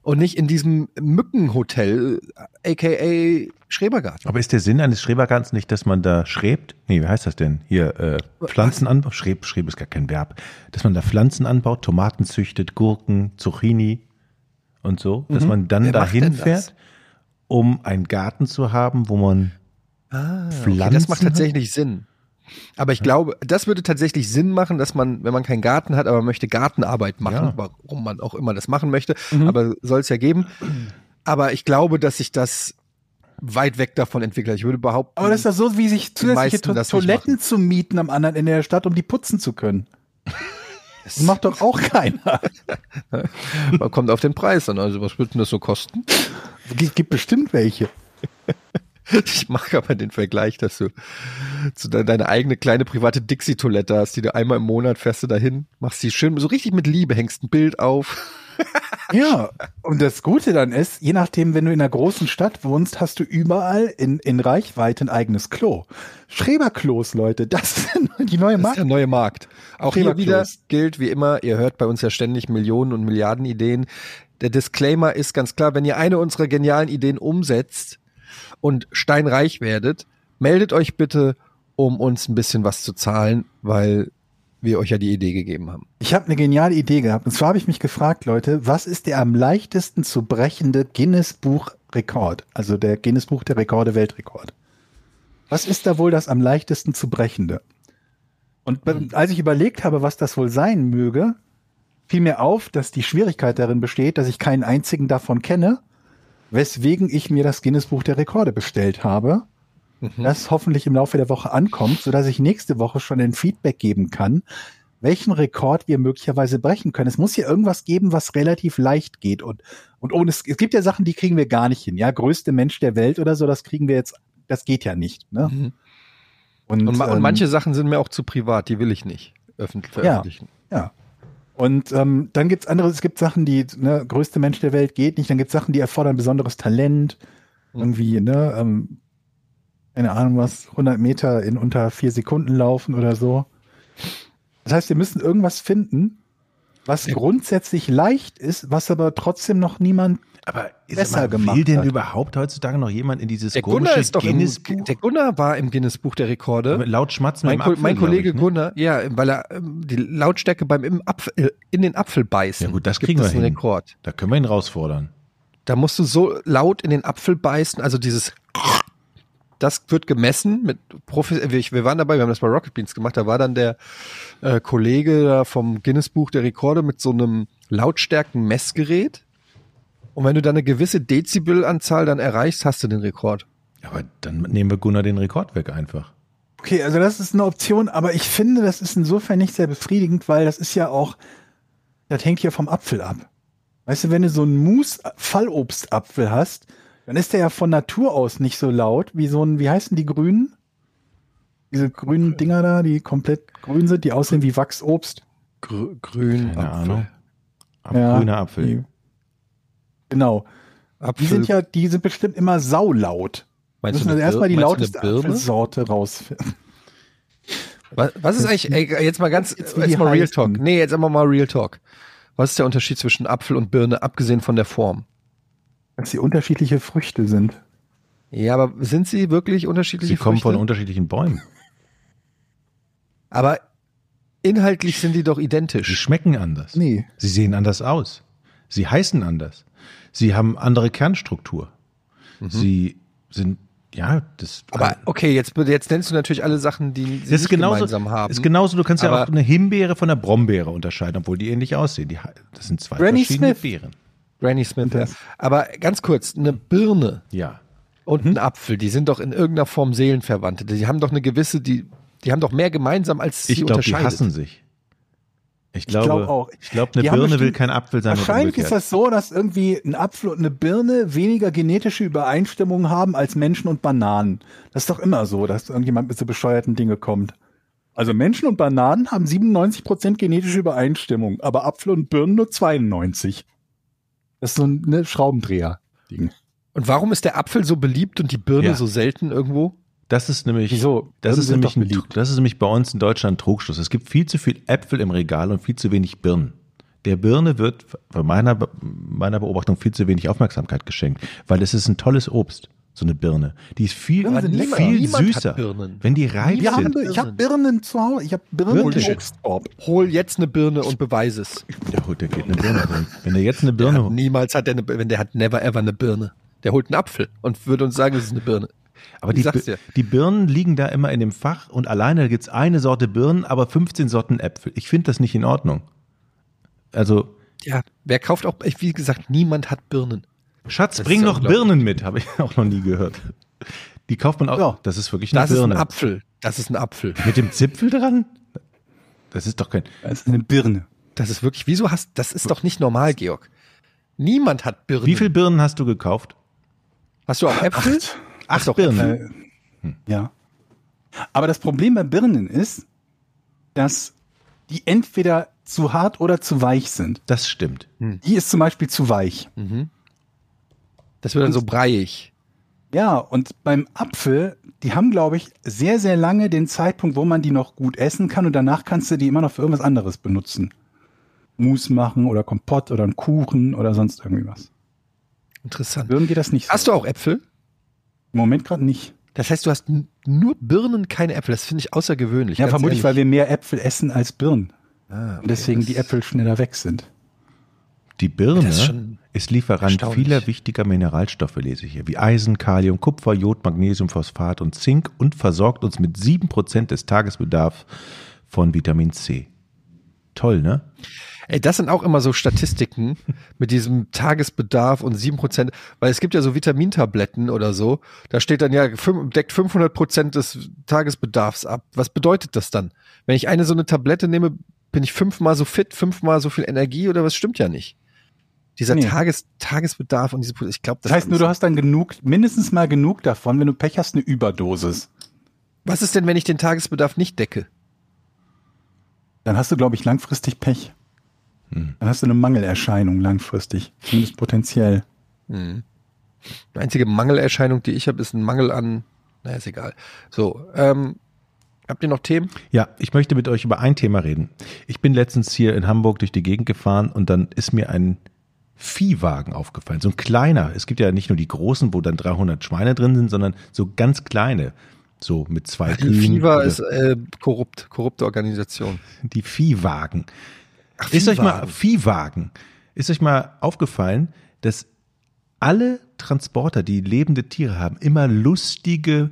Und nicht in diesem Mückenhotel, äh, aka Schrebergarten. Aber ist der Sinn eines Schrebergartens nicht, dass man da schrebt? Nee, wie heißt das denn? Hier, äh, Pflanzenanbau? Schreb, Schreb ist gar kein Verb. Dass man da Pflanzen anbaut, Tomaten züchtet, Gurken, Zucchini und so. Dass man dann Wer macht dahin denn das? fährt, um einen Garten zu haben, wo man Ah, Okay, Pflanzen das macht hat? tatsächlich Sinn. Aber ich glaube, das würde tatsächlich Sinn machen, dass man, wenn man keinen Garten hat, aber man möchte Gartenarbeit machen, Ja. Mhm. warum man auch immer das machen möchte, aber soll es ja geben. Aber ich glaube, dass sich das weit weg davon entwickelt. Ich würde behaupten, Aber das ist ja so, wie sich zusätzliche meisten to das nicht Toiletten zu mieten am anderen Ende der Stadt, um die putzen zu können. Das macht doch auch keiner. man kommt auf den Preis an. Also was würde denn das so kosten? G gibt bestimmt welche. Ich mache aber den Vergleich, dass du zu de deine eigene kleine private Dixie-Toilette hast, die du einmal im Monat fährst du dahin, machst die schön, so richtig mit Liebe, hängst ein Bild auf. Ja, und das Gute dann ist, je nachdem, wenn du in einer großen Stadt wohnst, hast du überall in, in Reichweite ein eigenes Klo. Schreberklos, Leute, das sind die neue Das ist der Marke. neue Markt. Auch hier Thema wieder Klos. gilt wie immer, ihr hört bei uns ja ständig Millionen und Milliarden Ideen. Der Disclaimer ist ganz klar, wenn ihr eine unserer genialen Ideen umsetzt und steinreich werdet, meldet euch bitte, um uns ein bisschen was zu zahlen, weil wir euch ja die Idee gegeben haben. Ich habe eine geniale Idee gehabt. Und zwar habe ich mich gefragt, Leute, was ist der am leichtesten zu brechende Guinness-Buch-Rekord? Also der Guinness-Buch der Rekorde, Weltrekord. Was ist da wohl das am leichtesten zu brechende? Und be- als ich überlegt habe, was das wohl sein möge, fiel mir auf, dass die Schwierigkeit darin besteht, dass ich keinen einzigen davon kenne, weswegen ich mir das Guinness-Buch der Rekorde bestellt habe, Mhm. das hoffentlich im Laufe der Woche ankommt, sodass ich nächste Woche schon ein Feedback geben kann, welchen Rekord wir möglicherweise brechen können. Es muss hier irgendwas geben, was relativ leicht geht und, und ohne, es, es gibt ja Sachen, die kriegen wir gar nicht hin. Ja, größte Mensch der Welt oder so, das kriegen wir jetzt, das geht ja nicht. Ne? Mhm. Und, ma- ähm, und manche Sachen sind mir auch zu privat, die will ich nicht öffentlich veröffentlichen. Ja. Und ähm, dann gibt's andere, es gibt Sachen, die ne, größte Mensch der Welt geht nicht, dann gibt's Sachen, die erfordern besonderes Talent, irgendwie, ne, ähm, keine Ahnung was, 100 Meter in unter vier Sekunden laufen oder so. Das heißt, wir müssen irgendwas finden, was grundsätzlich leicht ist, was aber trotzdem noch niemand Aber ist Besser mal, will gemacht denn hat. überhaupt heutzutage noch jemand in dieses Der Gunnar komische ist doch im, Guinness-Buch? der Gunnar war im Guinness Buch der Rekorde. Mit laut Schmatzen Mein, im Ko Apfel, mein glaub Kollege ich, ne? Gunnar, ja, weil er ähm, die Lautstärke beim im Apfel, äh, in den Apfel beißen. Ja gut, das gibt kriegen es wir einen hin. Rekord. Da können wir ihn herausfordern. Da musst du so laut in den Apfel beißen, also dieses das wird gemessen mit Profi äh, wir, wir waren dabei, wir haben das bei Rocket Beans gemacht, da war dann der äh, Kollege da vom Guinness Buch der Rekorde mit so einem Lautstärken-Messgerät und wenn du dann eine gewisse Dezibelanzahl dann erreichst, hast du den Rekord. Aber dann nehmen wir Gunnar den Rekord weg einfach. Okay, also das ist eine Option, aber ich finde, das ist insofern nicht sehr befriedigend, weil das ist ja auch, das hängt ja vom Apfel ab. Weißt du, wenn du so einen Mousse-Fallobstapfel hast, dann ist der ja von Natur aus nicht so laut wie so ein, wie heißen die grünen? Diese grünen Dinger da, die komplett grün sind, die aussehen wie Wachsobst. Grü grün. Keine Apfel. Ahnung. Ab, Ja, grüner Apfel. die- Genau. Apfel. Die sind ja, die sind bestimmt immer saulaut. Meinst Müssen du also eine erstmal die Bir- meinst du lauteste eine Birne? Apfelsorte rausfinden. Was, was ist eigentlich, ey, jetzt mal ganz, jetzt, Jetzt, wie die mal Real heißen. Talk. Nee, jetzt einfach mal Real Talk. Was ist der Unterschied zwischen Apfel und Birne, abgesehen von der Form? Dass sie unterschiedliche Früchte sind. Ja, aber sind sie wirklich unterschiedliche Sie kommen Früchte? von unterschiedlichen Bäumen. aber inhaltlich sind die doch Sie identisch. schmecken anders. Nee. Sie sehen anders aus. Sie heißen anders. Sie haben andere Kernstruktur. Mhm. Sie sind, ja, das, Aber okay, jetzt, jetzt nennst du natürlich alle Sachen, die sie das Also ist nicht genauso, gemeinsam haben. ist genau genauso, du kannst ja Aber- auch eine Himbeere von einer Brombeere unterscheiden, obwohl die ähnlich aussehen. Die, he- das sind zwei Granny verschiedene Smith. Beeren. Granny Smith. Ja. Das- Aber ganz kurz, eine Birne Ja. und Hm? ein Apfel, die sind doch in irgendeiner Form Seelenverwandte. Die haben doch eine gewisse, die, die haben doch mehr gemeinsam, als Ich sie glaube, die unterscheidet. hassen sich. Ich glaube, ich glaub glaube eine auch. Die haben Birne will bestimmt- kein Apfel sein. und Wahrscheinlich ist umgekehrt. das so, dass irgendwie ein Apfel und eine Birne weniger genetische Übereinstimmung haben als Menschen und Bananen. Das ist doch immer so, dass irgendjemand mit so bescheuerten Dinge kommt. Also Menschen und Bananen haben 97% genetische Übereinstimmung, aber Apfel und Birnen nur 92. Das ist so ein ne, Schraubendreher-Ding. Und warum ist der Apfel so beliebt und die Birne Ja. so selten irgendwo? Das ist nämlich, Wieso? Das Birnen ist, sind nämlich doch ein, beliebt. das ist nämlich bei uns in Deutschland ein Trugschluss. Es gibt viel zu viel Äpfel im Regal und viel zu wenig Birnen. Der Birne wird bei meiner, Be- meiner Beobachtung viel zu wenig Aufmerksamkeit geschenkt, weil es ist ein tolles Obst, so eine Birne. Die ist viel, Birnen sind lecker. viel Niemand hat süßer, Birnen. wenn die reif Wir haben, sind. ich habe Birnen zu Hause, ich habe Birnen Wirklich? im Obstkorb. Hol jetzt eine Birne und beweise es. Ja, gut, der geht eine Birne holen. Wenn er jetzt eine Birne holt. Niemals hat er eine, wenn der hat never ever eine Birne. Der holt einen Apfel und würde uns sagen, es ist eine Birne. Aber Ich die, sag's Bir- dir. die Birnen liegen da immer in dem Fach und alleine gibt's eine Sorte Birnen, aber 15 Sorten Äpfel. Ich finde das nicht in Ordnung. Also, Ja. Wer kauft auch, wie gesagt, niemand hat Birnen. Schatz, Das bring ist noch unglaublich. Birnen mit, habe ich auch noch nie gehört. Die kauft man auch. Ja. das ist wirklich eine Das ist ein Birne. Apfel. Das ist ein Apfel. mit dem Zipfel dran? Das ist doch kein. Das ist eine Birne. Das ist wirklich, wieso hast, das ist doch nicht normal, Georg. Niemand hat Birnen. Wie viele Birnen hast du gekauft? Hast du auch Äpfel? Acht doch, äh, Birnen. Äh, Ja. Aber das Problem bei Birnen ist, dass die entweder zu hart oder zu weich sind. Das stimmt. Die ist zum Beispiel zu weich. Mhm. Das wird dann so breiig. Ja, und beim Apfel, die haben, glaube ich, sehr, sehr lange den Zeitpunkt, wo man die noch gut essen kann und danach kannst du die immer noch für irgendwas anderes benutzen. Mousse machen oder Kompott oder einen Kuchen oder sonst irgendwie was. Interessant. Birnen geht das nicht. so. Hast du auch Äpfel? Im Moment gerade nicht. Das heißt, du hast n- nur Birnen, keine Äpfel. Das finde ich außergewöhnlich. Ja, ganz vermutlich, weil ehrlich. wir mehr Äpfel essen als Birnen. Ah, Und deswegen das- die Äpfel schneller weg sind. Die Birne Das ist ist, schon Lieferant erstaunlich. vieler wichtiger Mineralstoffe, lese ich hier, wie Eisen, Kalium, Kupfer, Jod, Magnesium, Phosphat und Zink und versorgt uns mit 7% des Tagesbedarfs von Vitamin C. Toll, ne? Ey, das sind auch immer so Statistiken mit diesem Tagesbedarf und 7%, weil es gibt ja so Vitamintabletten oder so, da steht dann ja, fün- deckt 500% des Tagesbedarfs ab. Was bedeutet das dann? Wenn ich eine so eine Tablette nehme, bin ich fünfmal so fit, fünfmal so viel Energie oder was stimmt ja nicht? Dieser Nee. Tages, Tagesbedarf und diese, Pro- ich glaube, Das heißt nur, du hast dann genug, mindestens mal genug davon, wenn du Pech hast, eine Überdosis. was ist denn, wenn ich den Tagesbedarf nicht decke? Dann hast du, glaube ich, langfristig Pech. Hm. Dann hast du eine Mangelerscheinung langfristig. Zumindest potenziell. Die einzige Mangelerscheinung, die ich habe, ist ein Mangel an, naja, ist egal. So, ähm, habt ihr noch Themen? Ja, ich möchte mit euch über ein Thema reden. Ich bin letztens hier in Hamburg durch die Gegend gefahren und dann ist mir ein Viehwagen aufgefallen. So ein kleiner. Es gibt ja nicht nur die großen, wo dann 300 Schweine drin sind, sondern so ganz kleine. So mit zwei Kühen. Fever oder- ist äh, korrupt, korrupte Organisation. die Viehwagen. ist euch mal Viehwagen? Ist euch mal aufgefallen, dass alle Transporter, die lebende Tiere haben, immer lustige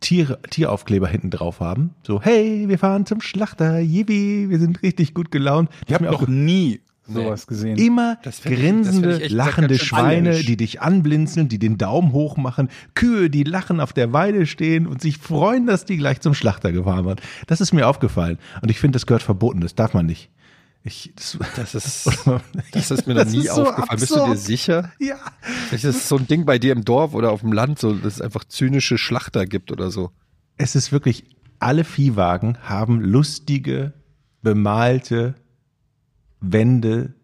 Tiere, Tieraufkleber hinten drauf haben? So, hey, wir fahren zum Schlachter, yippie, wir sind richtig gut gelaunt. Ich habe Mir noch aufge- nie sowas gesehen. Immer Das find ich- das grinsende, find ich echt lachende ganz schön Schweine, animisch. die dich anblinzeln, die den Daumen hoch machen, Kühe, die lachen auf der Weide stehen und sich freuen, dass die gleich zum Schlachter gefahren waren. Das ist mir aufgefallen. Und ich finde, das gehört verboten. Das darf man nicht. Ich, das, Das ist, das ist mir noch Das nie ist so aufgefallen. Bist du dir absurd. sicher? ja. Vielleicht ist das so ein Ding bei dir im Dorf oder auf dem Land, so, dass es einfach zynische Schlachter gibt oder so. Es ist wirklich, alle Viehwagen haben lustige, bemalte Wände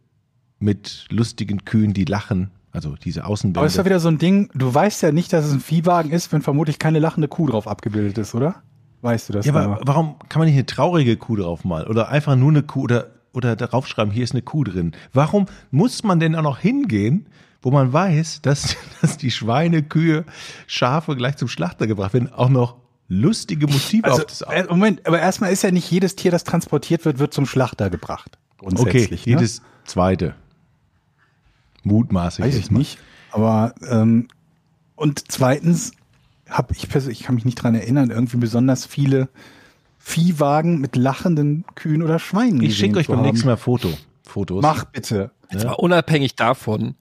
mit lustigen Kühen, die lachen. Also diese Außenwände. Aber es ist ja wieder so ein Ding, du weißt ja nicht, dass es ein Viehwagen ist, wenn vermutlich keine lachende Kuh drauf abgebildet ist, oder? Weißt du das? genau? Ja, aber aber? warum kann man nicht eine traurige Kuh draufmalen? Oder einfach nur eine Kuh oder, oder darauf schreiben, hier ist eine Kuh drin. Warum muss man denn auch noch hingehen, wo man weiß, dass, dass die Schweine, Kühe, Schafe gleich zum Schlachter gebracht werden, auch noch lustige Motive Also, auf das äh, Moment, aber erstmal ist ja nicht jedes Tier, das transportiert wird, wird zum Schlachter gebracht. Okay, Grundsätzlich. ne? jedes zweite. Mutmaßlich. Weiß jetzt ich mal. nicht. Aber ähm, und zweitens habe ich persönlich, ich kann mich nicht dran erinnern, irgendwie besonders viele Viehwagen mit lachenden Kühen oder Schweinen. Ich schicke gesehen euch zu beim haben. nächsten Mal Foto, Fotos. Mach bitte. Jetzt mal unabhängig davon,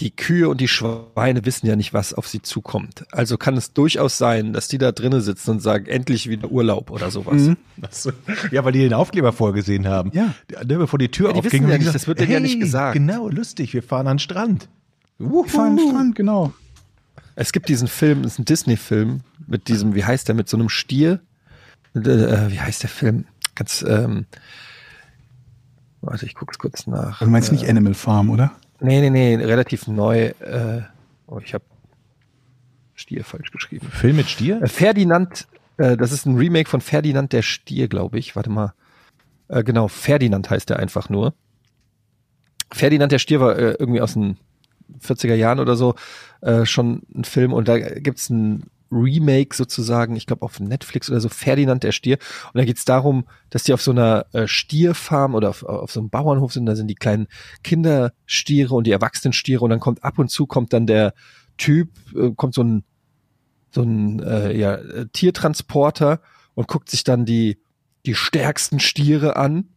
die Kühe und die Schweine wissen ja nicht, was auf sie zukommt. Also kann es durchaus sein, dass die da drinnen sitzen und sagen, endlich wieder Urlaub oder sowas. Mhm. Ja, weil die den Aufkleber vorgesehen haben. Ja. Die- ne, Bevor die Tür Ja, die aufging. wissen ja haben die nicht, das wird denen ja nicht gesagt. Genau, lustig, wir fahren an den Strand. Wir fahren an den Strand, genau. Es gibt diesen Film, ist ein Disney-Film mit diesem, wie heißt der, mit so einem Stier. Äh, äh, wie heißt der Film? Ganz, ähm, warte, ich guck's kurz nach. Du Also meinst Äh, nicht Animal Farm, oder? Nee, nee, nee, relativ neu. Äh, oh, ich habe Stier falsch geschrieben. Film mit Stier? Äh, Ferdinand, äh, das ist ein Remake von Ferdinand der Stier, glaube ich. Warte mal. Äh, genau, Ferdinand heißt er einfach nur. Ferdinand der Stier war äh, irgendwie aus den 40er Jahren oder so äh, schon ein Film und da gibt's ein Remake sozusagen, ich glaube auf Netflix oder so, Ferdinand der Stier. Und da geht's darum, dass die auf so einer äh, Stierfarm oder auf, auf so einem Bauernhof sind, da sind die kleinen Kinderstiere und die Erwachsenenstiere und dann kommt ab und zu kommt dann der Typ, äh, kommt so ein so ein äh, ja, äh, Tiertransporter und guckt sich dann die, die stärksten Stiere an.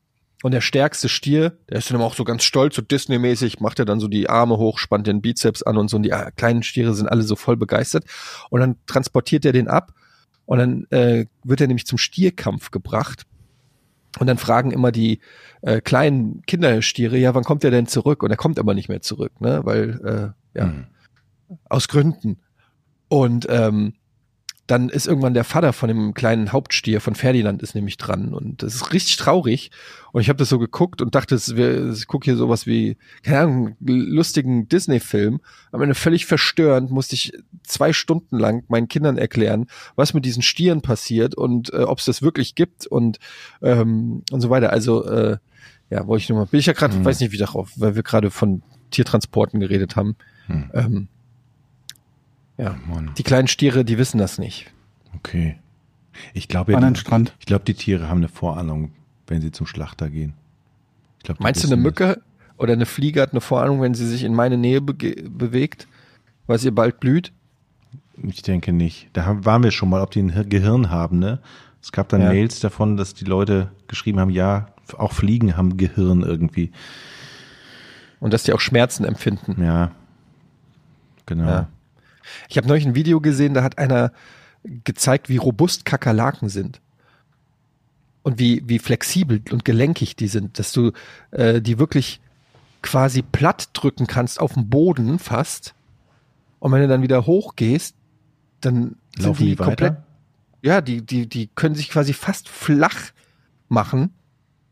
Und der stärkste Stier, der ist dann immer auch so ganz stolz, so Disney-mäßig, macht er dann so die Arme hoch, spannt den Bizeps an und so. Und die äh, kleinen Stiere sind alle so voll begeistert. Und dann transportiert er den ab. Und dann äh, wird er nämlich zum Stierkampf gebracht. Und dann fragen immer die äh, kleinen Kinderstiere, ja, wann kommt er denn zurück? Und er kommt aber nicht mehr zurück, ne? Weil, äh, ja, Hm. aus Gründen. Und ähm, dann ist irgendwann der Vater von dem kleinen Hauptstier von Ferdinand ist nämlich dran und das ist richtig traurig und ich habe das so geguckt und dachte, es wär- ich gucke hier sowas wie keine Ahnung lustigen Disney-Film, am Ende völlig verstörend musste ich zwei Stunden lang meinen Kindern erklären, was mit diesen Stieren passiert und äh, ob es das wirklich gibt und ähm, und so weiter. Also äh, ja, wollte ich nur mal, bin ich ja gerade, weiß nicht wie darauf, weil wir gerade von Tiertransporten geredet haben. Hm. Ähm, ja, Mann. die kleinen Stiere, die wissen das nicht. Okay. Ich glaube, An ja, den die- Strand. ich glaube, die Tiere haben eine Vorahnung, wenn sie zum Schlachter gehen. Ich glaub, die Meinst du, eine wissen Mücke oder eine Fliege hat eine Vorahnung, wenn sie sich in meine Nähe bege- bewegt, weil sie bald blüht? das. Ich denke nicht. Da haben- waren wir schon mal, ob die ein Hir- Gehirn haben, ne? Es gab dann Ja. Mails davon, dass die Leute geschrieben haben, ja, auch Fliegen haben Gehirn irgendwie. Und dass die auch Schmerzen empfinden. Ja. Genau. Ja. Ich habe neulich ein Video gesehen, da hat einer gezeigt, wie robust Kakerlaken sind. Und wie, wie flexibel und gelenkig die sind, dass du äh, die wirklich quasi platt drücken kannst auf dem Boden fast. Und wenn du dann wieder hochgehst, dann sind Laufen die, die, komplett weiter? ja, die, die, die können sich quasi fast flach machen.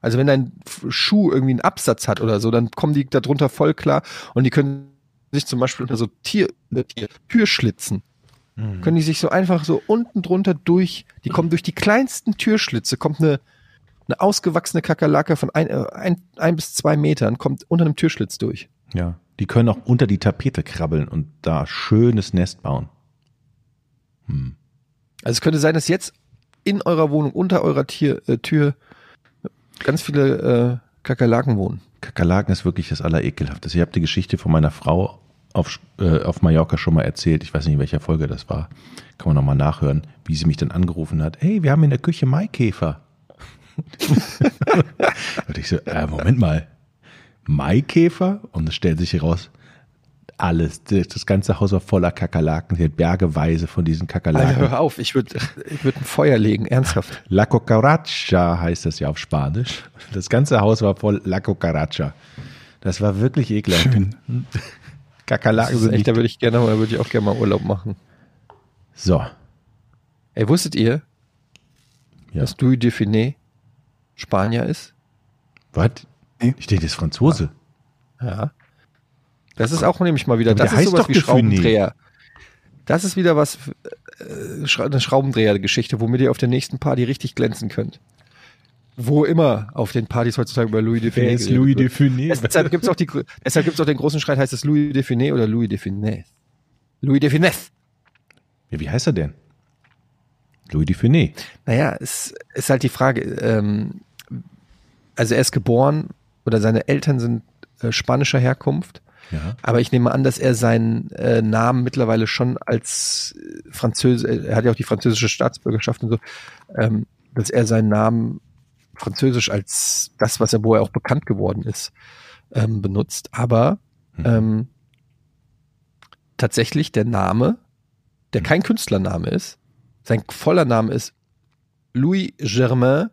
Also wenn dein F- Schuh irgendwie einen Absatz hat oder so, dann kommen die darunter voll klar und die können sich zum Beispiel unter so Tier, äh, Tier- Türschlitzen, können die sich so einfach so unten drunter durch, die kommen durch die kleinsten Türschlitze, kommt eine, eine ausgewachsene Kakerlake von ein, äh, ein, ein bis zwei Metern, kommt unter einem Türschlitz durch. Ja. Die können auch unter die Tapete krabbeln und da schönes Nest bauen. Also es könnte sein, dass jetzt in eurer Wohnung, unter eurer Tier, äh, Tür ganz viele äh, Kakerlaken wohnen. Kakerlaken ist wirklich das Allerekelhafteste. Ich habe die Geschichte von meiner Frau auf, äh, auf Mallorca schon mal erzählt. Ich weiß nicht, in welcher Folge das war. Kann man nochmal nachhören, wie sie mich dann angerufen hat. Hey, wir haben in der Küche Maikäfer. Und ich so, äh, Moment mal. Maikäfer und es stellt sich heraus, alles, das das ganze Haus war voller Kakerlaken, hier bergeweise von diesen Alter, Kakerlaken. hör auf, ich würde ich würd ein Feuer legen, ernsthaft. La Cucaracha heißt das ja auf Spanisch. Das ganze Haus war voll La Cucaracha. Das war wirklich ekelhaft. Schön. Kakerlaken Das ist sind echt, nicht. da würde ich gerne, da würde ich auch gerne mal Urlaub machen. So, Ey, wusstet ihr, Ja. dass Louis Dauphiné Spanier ist? was? Nee. Ich denke, das ist Franzose. Ja. Das ist auch nämlich mal wieder, Aber das der ist heißt sowas doch wie Dauphiné. Schraubendreher. Das ist wieder was, äh, Schra- eine Schraubendreher-Geschichte, womit ihr auf der nächsten Party richtig glänzen könnt. Wo immer auf den Partys heutzutage über Louis Dauphiné geredet wird. Es- Dauphiné? Deshalb gibt es auch, die gr- deshalb gibt's auch den großen Streit, heißt es Louis Dauphiné oder Louis Dauphiné? Louis Dauphiné. Ja, wie heißt er denn? Louis Dauphiné. Naja, es ist halt die Frage. Ähm, also er ist geboren oder seine Eltern sind äh, spanischer Herkunft. Ja. Aber ich nehme an, dass er seinen äh, Namen mittlerweile schon als äh, Französisch, er hat ja auch die französische Staatsbürgerschaft und so, ähm, dass er seinen Namen französisch als das, was er, wo er auch bekannt geworden ist, ähm, benutzt. Aber ähm, tatsächlich der Name, der kein Künstlername ist, sein voller Name ist Louis Germain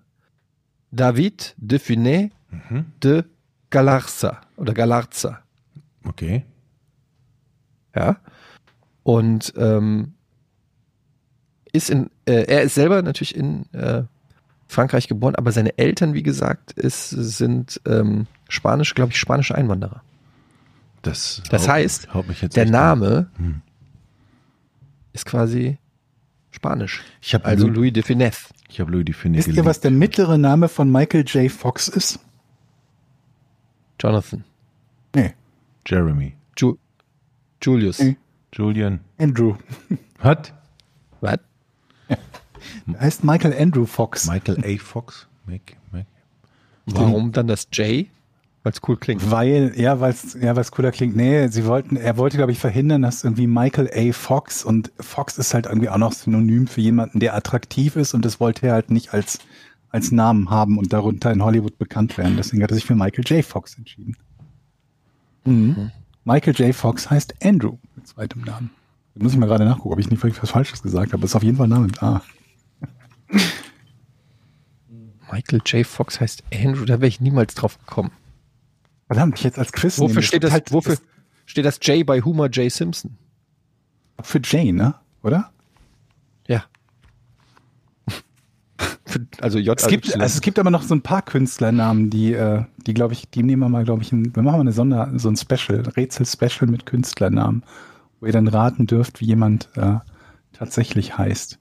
David de Funès Mhm. de Galarza oder Galarza. Okay. Ja. Und ähm, ist in, äh, er ist selber natürlich in äh, Frankreich geboren, aber seine Eltern, wie gesagt, ist, sind ähm, spanisch, glaube ich, spanische Einwanderer. Das, Das haut- heißt, haut mich jetzt Der echt an. Name Hm. ist quasi spanisch. Ich habe Also also Louis, Louis de Finesse. ich hab Louis Dauphiné Wisst ihr, geliebt. was der mittlere Name von Michael J. Fox ist? Jonathan. Nee, Jeremy. Ju Julius. Hm. Mhm. Julian. Andrew. Hat? Was? Er heißt Michael Andrew Fox. Hm. Michael A. Fox? Mac, Mac. Warum dann das J? Weil es cool Hm. klingt. Weil, ja, weil es ja, weil's cooler klingt. Nee, sie wollten, er wollte, glaube ich, verhindern, dass irgendwie Michael A. Fox und Fox ist halt irgendwie auch noch synonym für jemanden, der attraktiv ist und das wollte er halt nicht als, als Namen haben und darunter in Hollywood bekannt werden. Deswegen hat er sich für Michael J. Fox entschieden. Mhm. Michael J. Fox heißt Andrew mit zweitem Namen. Da muss ich mal gerade nachgucken, ob ich nicht völlig was Falsches gesagt habe. Ist auf jeden Fall ein Name mit A. Michael J. Fox heißt Andrew, da wäre ich niemals drauf gekommen. Verdammt, ich jetzt als Quiz nehmen. Wofür Es steht gibt das, Halt, wofür steht das J bei Homer J. Simpson? das- Für Jane, ne? Oder? Ja. Für- also J. Es gibt, also es gibt aber noch so ein paar Künstlernamen, die, äh, die glaube ich, die nehmen wir mal, glaube ich, ein, wir machen mal eine Sonder, so ein Special, Rätsel-Special mit Künstlernamen, wo ihr dann raten dürft, wie jemand äh, tatsächlich heißt.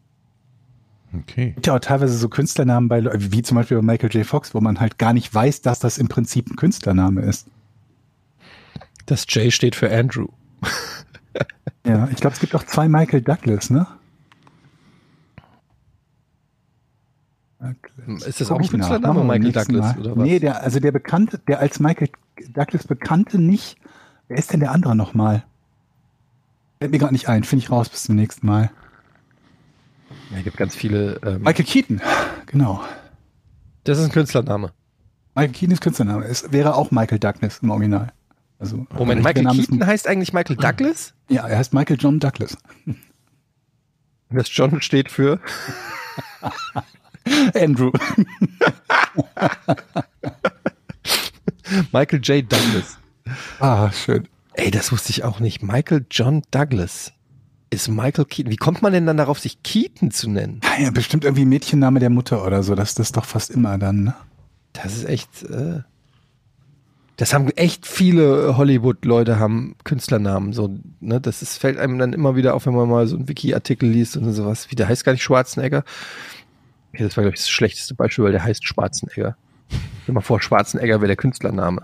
Okay. Es gibt ja auch teilweise so Künstlernamen bei, Le- wie zum Beispiel bei Michael J. Fox, wo man halt gar nicht weiß, dass das im Prinzip ein Künstlername ist. das J steht für Andrew. Ja, ich glaube, es gibt auch zwei Michael Douglas, ne? Douglas. Ist das Guck auch ein ich nach. Künstlername, Machen wir Michael beim nächsten Douglas, Mal. oder was? Nee, der, also der Bekannte, der als Michael Douglas Bekannte nicht. Wer ist denn der andere nochmal? Fällt mir gerade nicht ein. Finde ich raus bis zum nächsten Mal. Ja, es gibt ganz viele. Ähm, Michael Keaton. Genau. das ist ein Künstlername. Michael Keaton ist Künstlername. Es wäre auch Michael Douglas im Original. Also, Moment, der Michael Name Keaton Ah. Ist, heißt eigentlich Michael Douglas? ja, er heißt Michael John Douglas. Das John steht für. Andrew. Michael J. Douglas. ah, schön. Ey, das wusste ich auch nicht. Michael John Douglas ist Michael Keaton. Wie kommt man denn dann darauf, sich Keaton zu nennen? Ah Ja, bestimmt irgendwie Mädchenname der Mutter oder so. Das das ist doch fast immer dann, ne? Das ist echt. Äh, das haben echt viele Hollywood-Leute haben Künstlernamen. So, ne? Das ist, fällt einem dann immer wieder auf, wenn man mal so einen Wiki-Artikel liest und sowas. Wie der heißt gar nicht Schwarzenegger. Okay, das war, glaube ich, das schlechteste Beispiel, weil der heißt Schwarzenegger. Stell dir mal vor, Schwarzenegger wäre der Künstlername.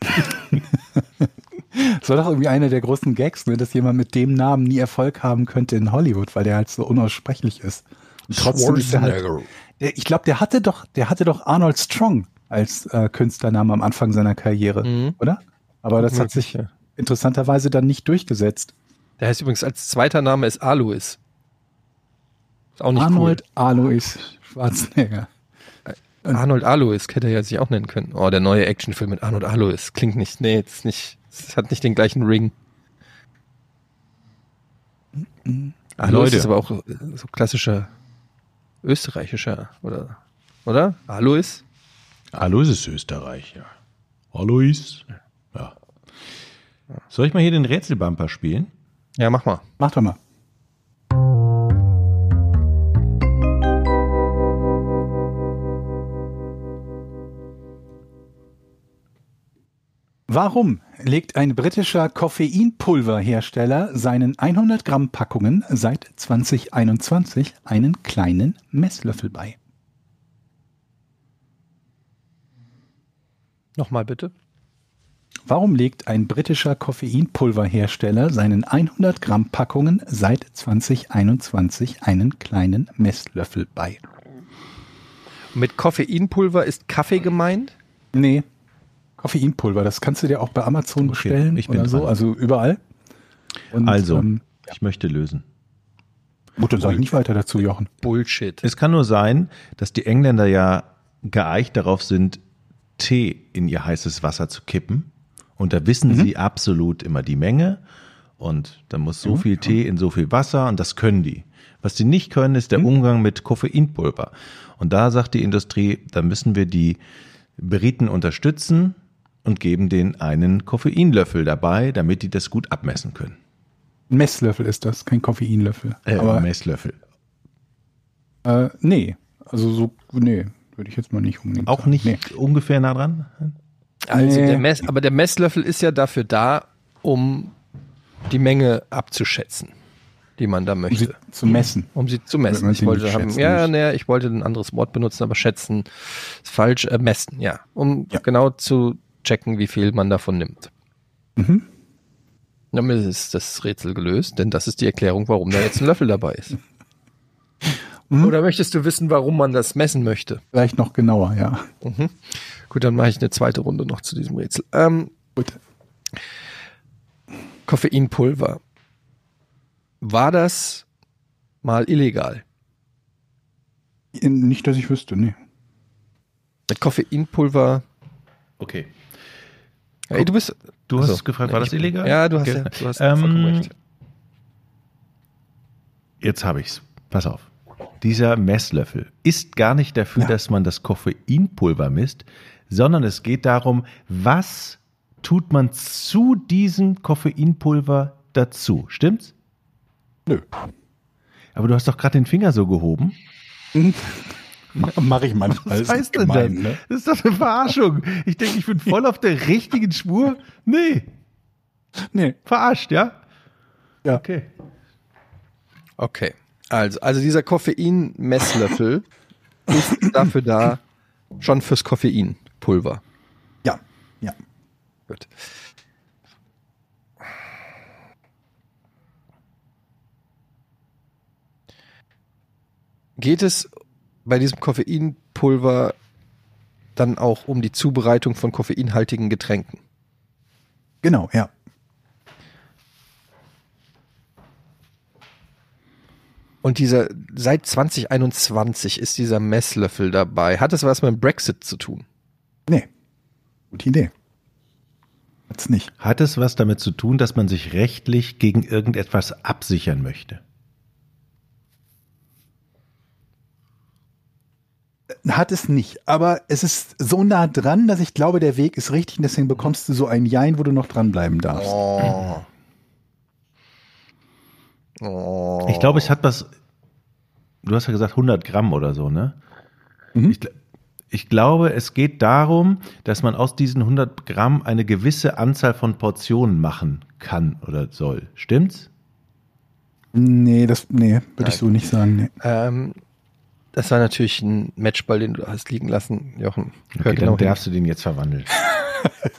Das war doch irgendwie einer der großen Gags, ne, dass jemand mit dem Namen nie Erfolg haben könnte in Hollywood, weil der halt so unaussprechlich ist. Und trotzdem ist er halt, der, ich glaube, der hatte doch, der hatte doch Arnold Strong als äh, Künstlername am Anfang seiner Karriere, Mhm. oder? Aber das hat Möglich, sich ja. interessanterweise dann nicht durchgesetzt. Der heißt übrigens als zweiter Name ist Alois. Ist auch nicht Arnold Alois Schwarzenegger. cool. Arnold Alois hätte er ja sich auch nennen können. Oh, der neue Actionfilm mit Arnold Alois. Klingt nicht, nee, das ist nicht, das hat nicht den gleichen Ring. Ah, Alois Leute. ist aber auch äh, so klassischer österreichischer, oder? Oder? Alois? Alois ist Österreich, ja. Alois. Ja. Soll ich mal hier den Rätselbumper spielen? Ja, mach mal. Mach doch mal. Warum legt ein britischer Koffeinpulverhersteller seinen 100 Gramm Packungen seit 2021 einen kleinen Messlöffel bei? Nochmal bitte. Warum legt ein britischer Koffeinpulverhersteller seinen 100 Gramm Packungen seit 2021 einen kleinen Messlöffel bei? Mit Koffeinpulver ist Kaffee gemeint? Nee. Koffeinpulver, das kannst du dir auch bei Amazon bestellen ich bin oder so, dran. also überall. Und, Also, ähm, ich möchte lösen. gut, dann sage ich nicht weiter dazu, Jochen. Bullshit. Es kann nur sein, dass die Engländer ja geeicht darauf sind, Tee in ihr heißes Wasser zu kippen. Und da wissen Mhm. sie absolut immer die Menge. Und da muss so viel Tee in so viel Wasser und das können die. Was die nicht können, ist Mhm. der Umgang mit Koffeinpulver. Und da sagt die Industrie, da müssen wir die Briten unterstützen und geben denen einen Koffeinlöffel dabei, damit die das gut abmessen können. Ein Messlöffel ist das, kein Koffeinlöffel. Äh, Aber Messlöffel. äh, nee, also so, nee, würde ich jetzt mal nicht unbedingt Auch sagen. nicht Nee. ungefähr nah dran? Also Nee. der Mess, aber der Messlöffel ist ja dafür da, um die Menge abzuschätzen, die man da Um sie möchte. zu messen. Um sie zu Wenn messen. man Ich sie wollte nicht haben, schätzen ja, möchte. naja, ich wollte ein anderes Wort benutzen, aber schätzen ist falsch. Äh, messen, ja. Um Ja. genau zu checken, wie viel man davon nimmt. Mhm. Damit ist das Rätsel gelöst, denn das ist die Erklärung, warum da jetzt ein Löffel dabei ist. Mhm. Oder möchtest du wissen, warum man das messen möchte? Mhm. Vielleicht noch genauer, ja. Gut, dann mache ich eine zweite Runde noch zu diesem Rätsel. Ähm, Gut. Koffeinpulver. War das mal illegal? Nicht, dass ich wüsste, nee. Mit Koffeinpulver. Okay. Ey, du bist. Du hast Achso. gefragt, war das Ich- illegal? Ja, du hast Okay. ja. Du hast vollkommen ähm, recht. Jetzt habe ich's. Pass auf. Dieser Messlöffel ist gar nicht dafür, Ja. dass man das Koffeinpulver misst, sondern es geht darum, was tut man zu diesem Koffeinpulver dazu. Stimmt's? Nö. Aber du hast doch gerade den Finger so gehoben. Mache ich manchmal. Was heißt denn das? ne? ne? Das ist doch eine Verarschung. Ich denke, ich bin voll auf der richtigen Spur. Nee, Nee. verarscht, ja? Ja. Okay. Okay. Also, also dieser Koffein-Messlöffel ist dafür da, schon fürs Koffeinpulver. Ja. Ja. Gut. Geht es bei diesem Koffeinpulver dann auch um die Zubereitung von koffeinhaltigen Getränken? Genau, ja. Und dieser, seit 2021 ist dieser Messlöffel dabei. Hat das was mit dem Brexit zu tun? Nee. Gute Idee. Hat's nicht. Hat es was damit zu tun, dass man sich rechtlich gegen irgendetwas absichern möchte? Hat es nicht. Aber es ist so nah dran, dass ich glaube, der Weg ist richtig und deswegen bekommst du so ein Jein, wo du noch dranbleiben darfst. Oh. Oh. Ich glaube, es hat was. Du hast ja gesagt 100 Gramm oder so, ne? Ich, gl- ich glaube, es geht darum, dass man aus diesen 100 Gramm eine gewisse Anzahl von Portionen machen kann oder soll. Stimmt's? Nee, das, nee, würde ich so nicht sagen. Nee. Ähm, das war natürlich ein Matchball, den du hast liegen lassen, Jochen. Hör Okay, genau dann hin. darfst du den jetzt verwandeln.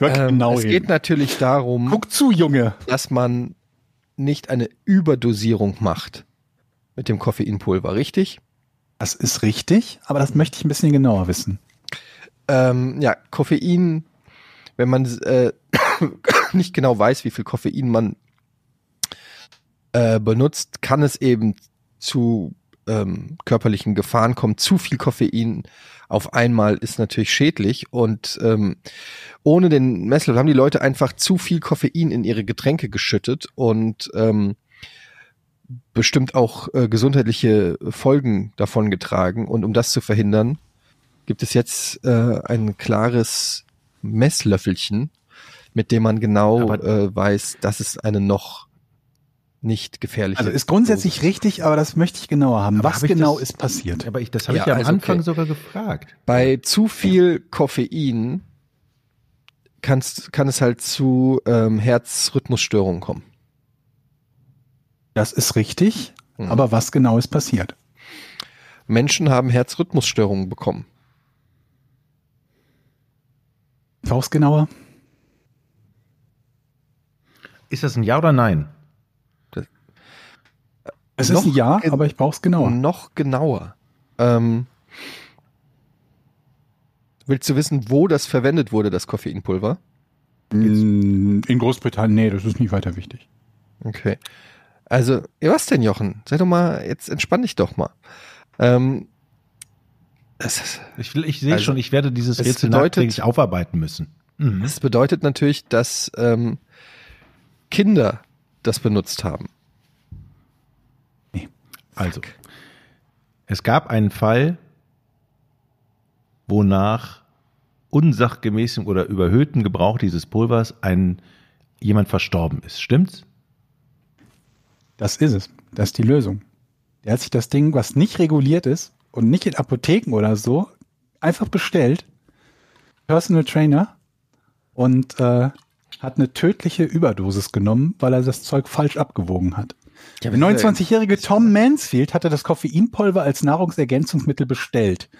Ähm, Genau es geht natürlich darum, Guck zu, Junge. dass man nicht eine Überdosierung macht mit dem Koffeinpulver, richtig? Das ist richtig, aber das möchte ich ein bisschen genauer wissen. Ähm, ja, Koffein, wenn man äh, nicht genau weiß, wie viel Koffein man äh, benutzt, kann es eben zu äh, ähm, körperlichen Gefahren kommt. Zu viel Koffein auf einmal ist natürlich schädlich und ähm, ohne den Messel haben die Leute einfach zu viel Koffein in ihre Getränke geschüttet und ähm, bestimmt auch äh, gesundheitliche Folgen davon getragen. Und um das zu verhindern, gibt es jetzt äh, ein klares Messlöffelchen, mit dem man genau Aber- äh, weiß, das ist eine noch nicht gefährliche. Also ist grundsätzlich richtig, aber das möchte ich genauer haben. Aber Was hab ich genau das- ist passiert? Aber ich, das habe Ja, ich ja am also Anfang okay. sogar gefragt. Bei zu viel Koffein kannst, kann es halt zu ähm, Herzrhythmusstörungen kommen. Das ist richtig, Mhm. aber was genau ist passiert? Menschen haben Herzrhythmusstörungen bekommen. Faustgenauer? Ist das ein Ja oder Nein? Es Noch ist ein Ja, gen- aber ich brauche es genauer. Noch genauer. Ähm, willst du wissen, wo das verwendet wurde, das Koffeinpulver? Mm, In Großbritannien, nee, das ist nicht weiter wichtig. Okay. Also, ja, was denn, Jochen? Sei doch mal, jetzt entspann dich doch mal. Ähm, das ist Ich, will- ich sehe Also, schon, ich werde dieses es Rätsel bedeutet- nachträglich aufarbeiten müssen. Mhm. Das bedeutet natürlich, dass ähm, Kinder das benutzt haben. Also, es gab einen Fall, wonach unsachgemäßem oder überhöhten Gebrauch dieses Pulvers ein jemand verstorben ist. Stimmt's? Das ist es. Das ist die Lösung. Der hat sich das Ding, was nicht reguliert ist und nicht in Apotheken oder so, einfach bestellt. Personal Trainer und äh, hat eine tödliche Überdosis genommen, weil er das Zeug falsch abgewogen hat. Der 29-jährige Tom Mansfield hatte das Koffeinpulver als Nahrungsergänzungsmittel bestellt.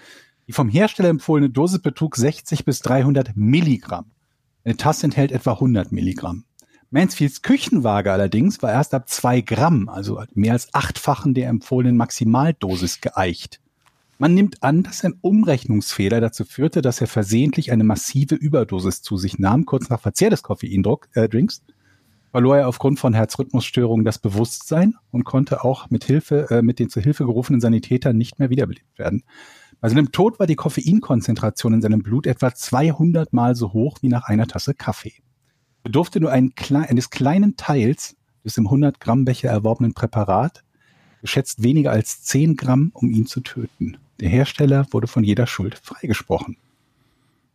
Die vom Hersteller empfohlene Dosis betrug 60 bis 300 Milligramm. Eine Tasse enthält etwa 100 Milligramm. Mansfields Küchenwaage allerdings war erst ab 2 Gramm, also mehr als achtfachen der empfohlenen Maximaldosis geeicht. Man nimmt an, dass ein Umrechnungsfehler dazu führte, dass er versehentlich eine massive Überdosis zu sich nahm. Kurz nach Verzehr des Koffeindrinks äh, Drinks verlor er aufgrund von Herzrhythmusstörungen das Bewusstsein und konnte auch mit Hilfe äh, mit den zu Hilfe gerufenen Sanitätern nicht mehr wiederbelebt werden. Bei seinem Tod war die Koffeinkonzentration in seinem Blut etwa 200 Mal so hoch wie nach einer Tasse Kaffee bedurfte nur einen klei- eines kleinen Teils des im 100 Gramm Becher erworbenen Präparat, geschätzt weniger als 10 Gramm, um ihn zu töten. Der Hersteller wurde von jeder Schuld freigesprochen.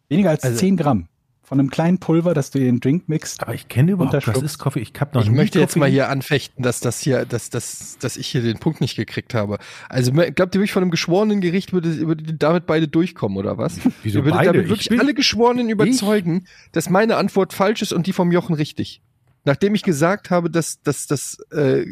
Weniger als Also- 10 Gramm von einem kleinen Pulver, das du in den Drink mixt. Aber ich kenne überhaupt, das Unterschluckt. ist Koffein. Ich habe noch Ich nie möchte jetzt Koffein- mal hier anfechten, dass das hier, dass, dass, dass ich hier den Punkt nicht gekriegt habe. Also me- glaubt ihr wirklich von einem geschworenen Gericht würde, würde damit beide durchkommen, oder was? Wieso ihr würdet beide? damit Ich wirklich will- alle Geschworenen überzeugen, dass meine Antwort falsch ist und die vom Jochen richtig. Nachdem ich gesagt habe, dass dass das äh,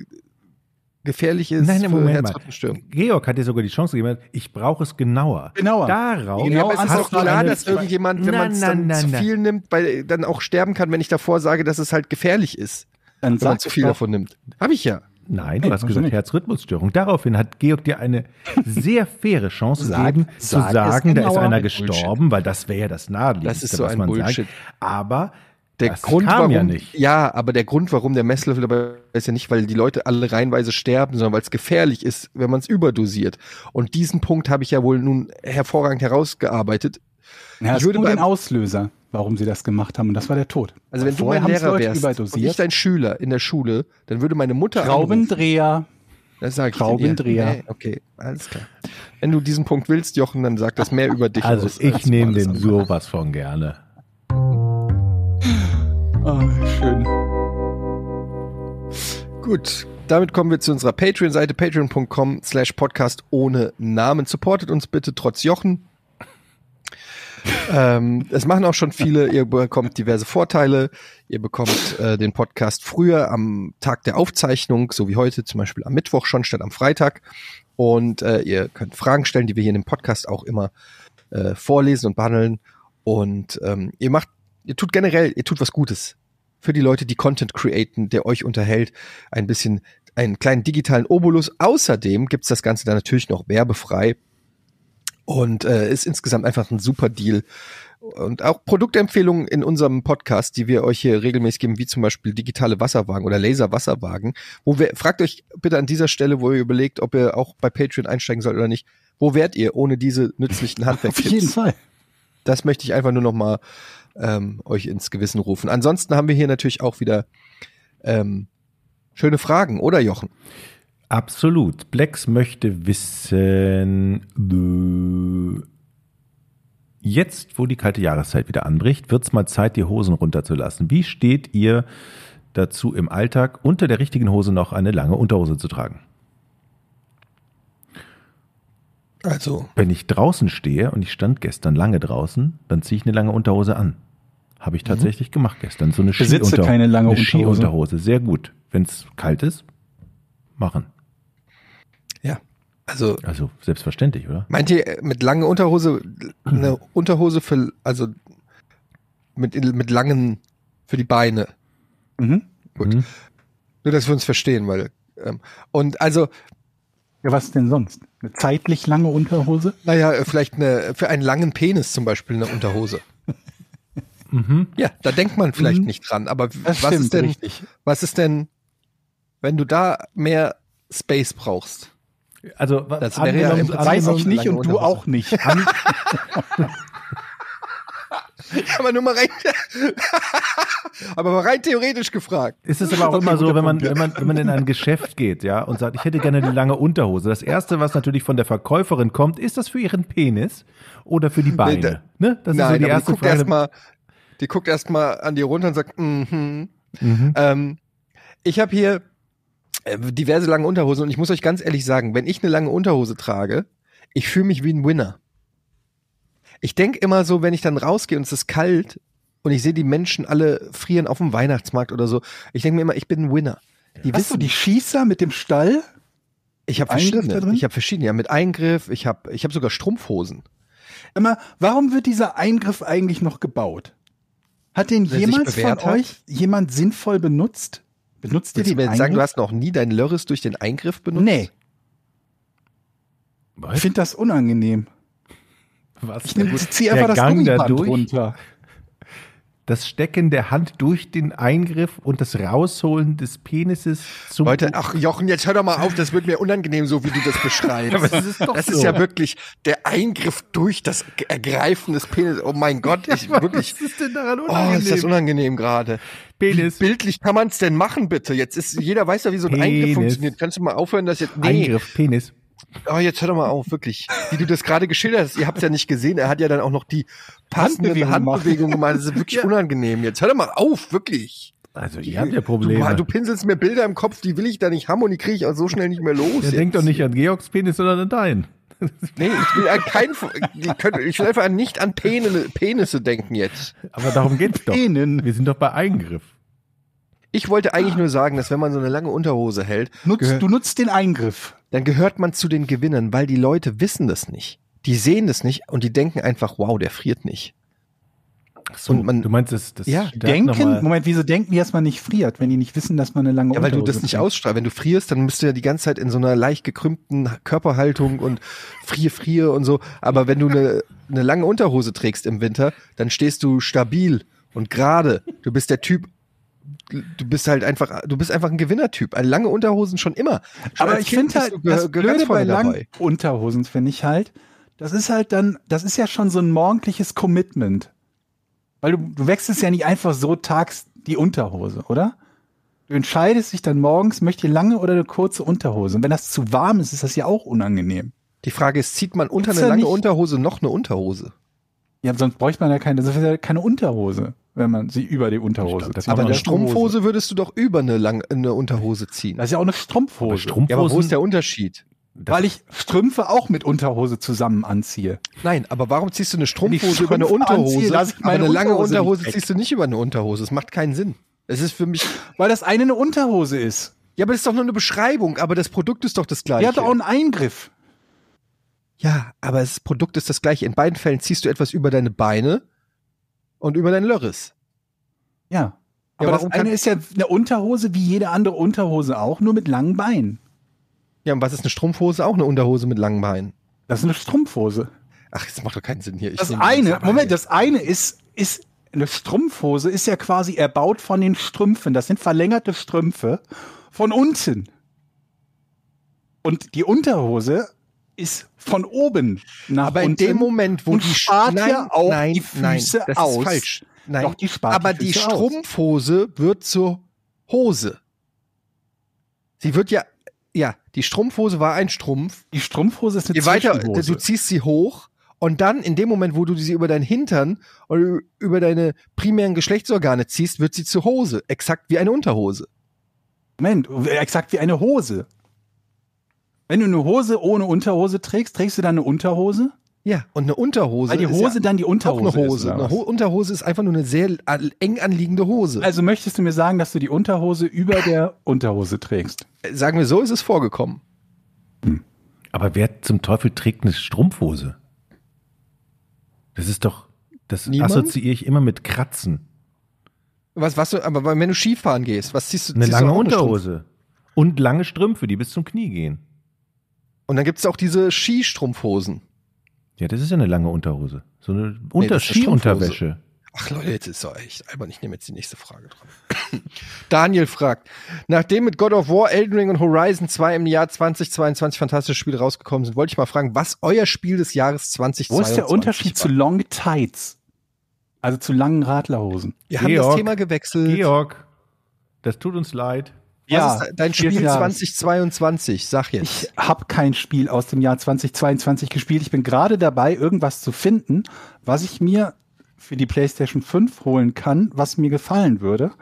gefährlich ist Nein, nein, für Moment mal. Herzrhythmusstörungen. Georg hat dir sogar die Chance gegeben, ich brauche es genauer. Genauer. Darauf. Genau, Genau, ja, aber es ist hast auch du klar, eine- dass irgendjemand, wenn Nein, man es dann nein, zu nein, viel nimmt, bei, dann auch sterben kann, wenn ich davor sage, dass es halt gefährlich ist, Dann wenn man sag zu viel davon nimmt. Habe ich ja. Nein, du hast Nee, hast du gesagt nicht. Herzrhythmusstörung. Daraufhin hat Georg dir eine sehr faire Chance Sag- gegeben, sag zu es sagen, da ist genauer. einer Ein gestorben, weil das wäre ja das Naheliegendste, Das ist so was ein man Bullshit. sagt. Aber Der das Grund, kam warum, ja nicht. ja, aber der Grund, warum der Messlöffel dabei ist ja nicht, weil die Leute alle reihenweise sterben, sondern weil es gefährlich ist, wenn man es überdosiert. Und diesen Punkt habe ich ja wohl nun hervorragend herausgearbeitet. Ja, Ich würde ich würde nur bei- den Auslöser, warum sie das gemacht haben, und das war der Tod. Also wenn du Vorher mein haben's Lehrer Leute wärst und ich überdosiert. dein Schüler in der Schule, dann würde meine Mutter anrufen. Schraubendreher. Das sag ich Schraubendreher. dir. Nee, okay, alles klar. Wenn du diesen Punkt willst, Jochen, dann sag das mehr über dich Also aus. ich als nehme über alles den andere. sowas von gerne. Ah, schön. Gut, damit kommen wir zu unserer Patreon-Seite, patreon.com slash podcast ohne Namen. Supportet uns bitte trotz Jochen. ähm, es machen auch schon viele, ihr bekommt diverse Vorteile. Ihr bekommt äh, den Podcast früher am Tag der Aufzeichnung, so wie heute zum Beispiel am Mittwoch schon statt am Freitag. Und äh, ihr könnt Fragen stellen, die wir hier in dem Podcast auch immer äh, vorlesen und behandeln. Und ähm, ihr macht, ihr tut generell, ihr tut was Gutes für die Leute, die Content createn, der euch unterhält, ein bisschen einen kleinen digitalen Obolus. Außerdem gibt's das Ganze dann natürlich noch werbefrei Und äh, ist insgesamt einfach ein super Deal. Und auch Produktempfehlungen in unserem Podcast, die wir euch hier regelmäßig geben, wie zum Beispiel digitale Wasserwagen oder Laserwasserwagen, wo wir, fragt euch bitte an dieser Stelle, wo ihr überlegt, ob ihr auch bei Patreon einsteigen sollt oder nicht, wo wärt ihr ohne diese nützlichen Auf jeden Handwerktipps? Fall. Das möchte ich einfach nur nochmal ähm, euch ins Gewissen rufen. Ansonsten haben wir hier natürlich auch wieder ähm, schöne Fragen, oder Jochen? Absolut. Blex möchte wissen, Bö. jetzt, wo die kalte Jahreszeit wieder anbricht, wird's mal Zeit, die Hosen runterzulassen. Wie steht ihr dazu im Alltag, unter der richtigen Hose noch eine lange Unterhose zu tragen? Also, Wenn ich draußen stehe und ich stand gestern lange draußen, dann ziehe ich eine lange Unterhose an. Habe ich tatsächlich gemacht gestern. So eine Mhm. Besitze Skiunterhose. keine lange eine Unterhose. Skiunterhose. Sehr gut. Wenn es kalt ist, machen. ja. Also, Also selbstverständlich, oder? meint ihr äh, mit lange Unterhose, eine Unterhose für, also mit, mit langen, für die Beine? Mhm. Gut. Mhm. Nur, dass wir uns verstehen, weil, ähm, und also, Ja, was denn sonst? Eine zeitlich lange Unterhose? naja, äh, vielleicht eine, für einen langen Penis zum Beispiel eine Unterhose. Ja, da denkt man vielleicht Mhm. nicht dran, aber w- Das was stimmt, ist denn, richtig. was ist denn, wenn du da mehr Space brauchst? Also wa- Das wäre ja angenommen- im Prinzip- angenommen- Weiß ich nicht lange und du Unterhose. auch nicht. Aber nur mal rein, aber mal rein theoretisch gefragt. ist es aber auch immer so, wenn man, wenn, man, wenn man in ein Geschäft geht, ja, und sagt, ich hätte gerne die lange Unterhose. Das erste, was natürlich von der Verkäuferin kommt, ist das für ihren Penis oder für die Beine? Ne? Das Nein, ist so die aber die erste guckt Frage. erstmal, die guckt erstmal an dir runter und sagt, mhm. Ähm, ich habe hier äh, diverse lange Unterhosen und ich muss euch ganz ehrlich sagen, wenn ich eine lange Unterhose trage, ich fühle mich wie ein Winner. Ich denk immer so, wenn ich dann rausgehe und es ist kalt und ich sehe die Menschen alle frieren auf dem Weihnachtsmarkt oder so, ich denk mir immer, ich bin ein Winner. Die Hast du wissen, die Schießer mit dem Stall? ich habe Eingriff da verschiedene. drin? Ich habe verschiedene, ja, mit Eingriff, ich habe ich hab sogar Strumpfhosen. Sag mal, warum wird dieser Eingriff eigentlich noch gebaut? Hat den sich jemals von bewährt hat? euch jemand sinnvoll benutzt? Benutzt ihr Willst du den mir jetzt sagen, du Eingriff? hast noch nie deinen Lörres durch den Eingriff benutzt? Nee, ich Was? finde das unangenehm. Was? Ich nehm, zieh Der einfach das Gang da Gummiband durch? runter. Das Stecken der Hand durch den Eingriff und das Rausholen des Penises zum Leute, ach Jochen, jetzt hör doch mal auf, das wird mir unangenehm, so wie du das beschreibst. Aber es ist doch das so. ist ja wirklich der Eingriff durch das G- Ergreifen des Penis. Oh mein Gott, ich wirklich. Was ist denn daran Oh, unangenehm? ist das unangenehm gerade. Penis. Bildlich kann man es denn machen, bitte. Jetzt ist jeder weiß ja, wie so ein Eingriff Penis. funktioniert. Kannst du mal aufhören, dass jetzt. Nee, Eingriff, Penis. Oh, jetzt hör doch mal auf, wirklich. Wie du das gerade geschildert hast, ihr habt ja nicht gesehen, er hat ja dann auch noch die passenden Handbewegung gemacht. Handbewegungen gemacht. Das ist wirklich unangenehm. Jetzt hör doch mal auf, wirklich. Also ihr habt ja Probleme. Du, du pinselst mir Bilder im Kopf, die will ich da nicht haben und die kriege ich auch so schnell nicht mehr los. ja, jetzt. denk doch nicht an Georgs Penis, sondern an deinen. Nee, ich will an kein, die können- ich will einfach an- nicht an Penene, Penisse denken jetzt. Aber darum geht's doch. Penen. Wir sind doch bei Eingriff. Ich wollte eigentlich nur sagen, dass wenn man so eine lange Unterhose hält, Nutzt, gehör- du nutzt den Eingriff. dann gehört man zu den Gewinnern, weil die Leute wissen das nicht. Die sehen das nicht und die denken einfach, wow, der friert nicht. Und man- du meinst, das, das Ja, stärkt Denken, nochmal- Moment, wieso denken die, dass man nicht friert, wenn die nicht wissen, dass man eine lange Ja, weil du Unterhose das nicht trägt? ausstrahlst. Wenn du frierst, dann bist du ja die ganze Zeit in so einer leicht gekrümmten Körperhaltung und frier, frier und so. Aber wenn du eine, eine lange Unterhose trägst im Winter, dann stehst du stabil und gerade. Du bist der Typ, du bist halt einfach, du bist einfach ein Gewinnertyp. Eine lange Unterhosen schon immer. Schon Aber als ich Kind finde bist halt, du gehör- das gehör ganz Blöde bei vorne langen dabei. Unterhosen finde ich halt, das ist halt dann, das ist ja schon so ein morgendliches Commitment. Weil du, du wechselst ja nicht einfach so tags die Unterhose, oder? Du entscheidest dich dann morgens, möchte ich lange oder eine kurze Unterhose. Und wenn das zu warm ist, ist das ja auch unangenehm. Die Frage ist, zieht man unter Gibt's eine da lange nicht- Unterhose noch eine Unterhose? Ja, sonst bräuchte man ja keine, das ist ja keine Unterhose, wenn man sie über die Unterhose Stimmt, zieht. Aber Aber eine eine Strumpfhose würdest du doch über eine, lang, eine Unterhose ziehen. Das ist ja auch eine Strumpfhose. Strumpfhosen, Ja, aber wo ist der Unterschied? weil ich Strümpfe auch mit Unterhose zusammen anziehe. Nein, aber warum ziehst du eine Wenn ich Strumpfhose über eine Strümpfe Unterhose? anziehe, lasse ich aber meine eine lange Unterhose Unterhose nicht weg. ziehst du nicht über eine Unterhose. Das macht keinen Sinn. Es ist für mich. Weil das eine eine Unterhose ist. Ja, aber das ist doch nur eine Beschreibung, aber das Produkt ist doch das Die gleiche. hat auch einen Eingriff. ja, aber das Produkt ist das gleiche. In beiden Fällen ziehst du etwas über deine Beine und über dein Lörres. Ja. Aber das warum eine kann- ist ja eine Unterhose wie jede andere Unterhose auch, nur mit langen Beinen. Ja, und was ist eine Strumpfhose? Auch eine Unterhose mit langen Beinen. Das ist eine Strumpfhose. Ach, das macht doch keinen Sinn hier. Ich Das nehm die eine, jetzt ab. Moment, das eine ist, ist eine Strumpfhose, ist ja quasi erbaut von den Strümpfen. Das sind verlängerte Strümpfe von unten. Und die Unterhose ist von oben nach Aber unten. in dem Moment, wo und die spart nein, ja auch nein, die nein, Füße das aus. Ist falsch. Nein. Doch, die spart aber die die Füße aus. Strumpfhose wird zur Hose. Sie wird ja, ja, die Strumpfhose war ein Strumpf. Die Strumpfhose ist eine Je weiter, du Zwischenhose. ziehst sie hoch und dann in dem Moment, wo du sie über deinen Hintern oder über deine primären Geschlechtsorgane ziehst, wird sie zur Hose. Exakt wie eine Unterhose. Moment, äh, exakt wie eine Hose. Wenn du eine Hose ohne Unterhose trägst, trägst du dann eine Unterhose? Ja, und eine Unterhose. Weil die ist Hose ja dann die auch eine Unterhose ist. Hose. oder eine was? Ho Unterhose ist einfach nur eine sehr an- eng anliegende Hose. Also möchtest du mir sagen, dass du die Unterhose über der Unterhose trägst? Sagen wir so, ist es vorgekommen. Aber wer zum Teufel trägt eine Strumpfhose? Das ist doch, das Niemand? assoziiere ich immer mit Kratzen. Was, was, du- aber wenn du Skifahren gehst, was ziehst du? Eine ziehst du lange auch Unterhose. Und lange Strümpfe, die bis zum Knie gehen. Strumpf- Und dann gibt's auch diese Skistrumpfhosen. Ja, das ist ja eine lange Unterhose. So eine Nee, Unter das ist eine Skiunterwäsche. Ach Leute, jetzt ist doch echt albern. Ich nehme jetzt die nächste Frage dran. Daniel fragt, nachdem mit God of War, Elden Ring und Horizon 2 im Jahr 2022 fantastische Spiele rausgekommen sind, wollte ich mal fragen, was euer Spiel des Jahres 2022 Wo ist der Unterschied zu war? Long Tights? Also zu langen Radlerhosen. Wir haben das Georg? Thema gewechselt. Georg, das tut uns leid. Was ist dein Spiel des Jahres. 2022? Sag jetzt. Ich habe kein Spiel aus dem Jahr 2022 gespielt. Ich bin gerade dabei, irgendwas zu finden, was ich mir für die PlayStation 5 holen kann, was mir gefallen würde.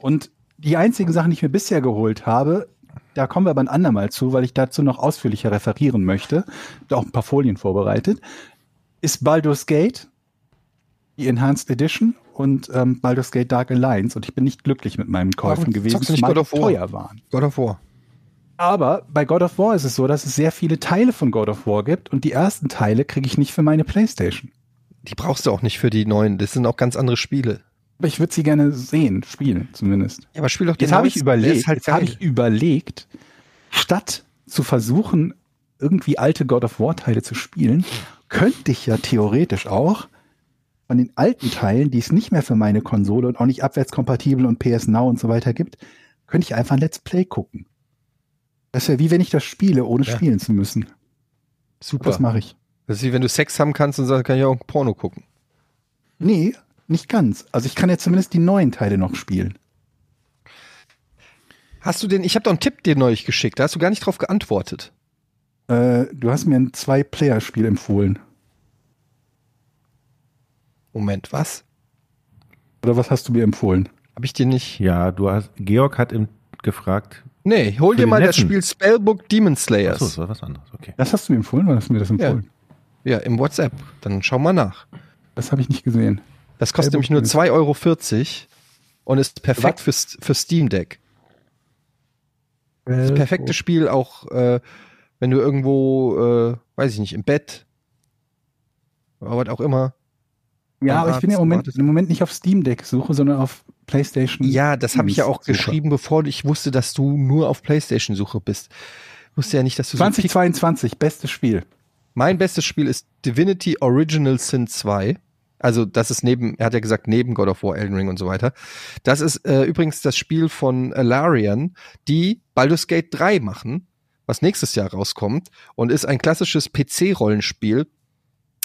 Und die einzigen Sachen, die ich mir bisher geholt habe, da kommen wir aber ein andermal zu, weil ich dazu noch ausführlicher referieren möchte. Da auch ein paar Folien vorbereitet. Ist Baldur's Gate, die Enhanced Edition und ähm, Baldur's Gate Dark Alliance. Und ich bin nicht glücklich mit meinen Käufen Warum gewesen, zockst du nicht zumal God of die War? teuer waren. God of War. Aber bei God of War ist es so, dass es sehr viele Teile von God of War gibt und die ersten Teile kriege ich nicht für meine Playstation. Die brauchst du auch nicht für die neuen. Das sind auch ganz andere Spiele. Aber ich würde sie gerne sehen, spielen zumindest. Ja, aber spiel doch den Jetzt habe ich neuesten. Der überlegt, ist Halt jetzt habe geil. ich überlegt, statt zu versuchen, irgendwie alte God of War Teile zu spielen, könnte ich ja theoretisch auch von den alten Teilen, die es nicht mehr für meine Konsole und auch nicht abwärtskompatibel und PS Now und so weiter gibt, könnte ich einfach ein Let's Play gucken. Das wäre wie wenn ich das spiele, ohne Ja. spielen zu müssen. Super. Das mache ich. Das ist wie wenn du Sex haben kannst und sagst, kann ich auch Porno gucken. Nee, nicht ganz. Also ich kann ja zumindest die neuen Teile noch spielen. Hast du den, ich habe doch einen Tipp dir neulich geschickt, da hast du gar nicht drauf geantwortet. Äh, du hast mir ein Zwei-Player-Spiel empfohlen. Moment, was? Oder was hast du mir empfohlen? Hab ich dir nicht. Ja, du hast, Georg hat im, gefragt. Nee, hol dir den mal das Neffen. Spiel Spellbook Demon Slayers. Achso, das war was anderes. Okay. Das hast du mir empfohlen oder hast du mir das empfohlen? Ja, im WhatsApp. Dann schau mal nach. Das habe ich nicht gesehen. Das kostet Spellbook nämlich nur Demon 2,40 Euro und ist perfekt für, für Steam Deck. Das perfekte Spiel auch, äh, wenn du irgendwo, äh, weiß ich nicht, im Bett, aber was auch immer. Ja, aber ich bin ja im Moment, Wartet. im Moment nicht auf Steam Deck suche, sondern auf PlayStation. Hm. Ja, das habe ich ja auch Suche. geschrieben, bevor ich wusste, dass du nur auf Playstation-Suche bist. Ich wusste ja nicht, dass du so ein Pick- 2022, bestes Spiel. Mein bestes Spiel ist Divinity Original Sin 2. Also, das ist neben, er hat ja gesagt, neben God of War, Elden Ring und so weiter. Das ist äh, übrigens das Spiel von Alarian, die Baldur's Gate 3 machen, was nächstes Jahr rauskommt und ist ein klassisches PC-Rollenspiel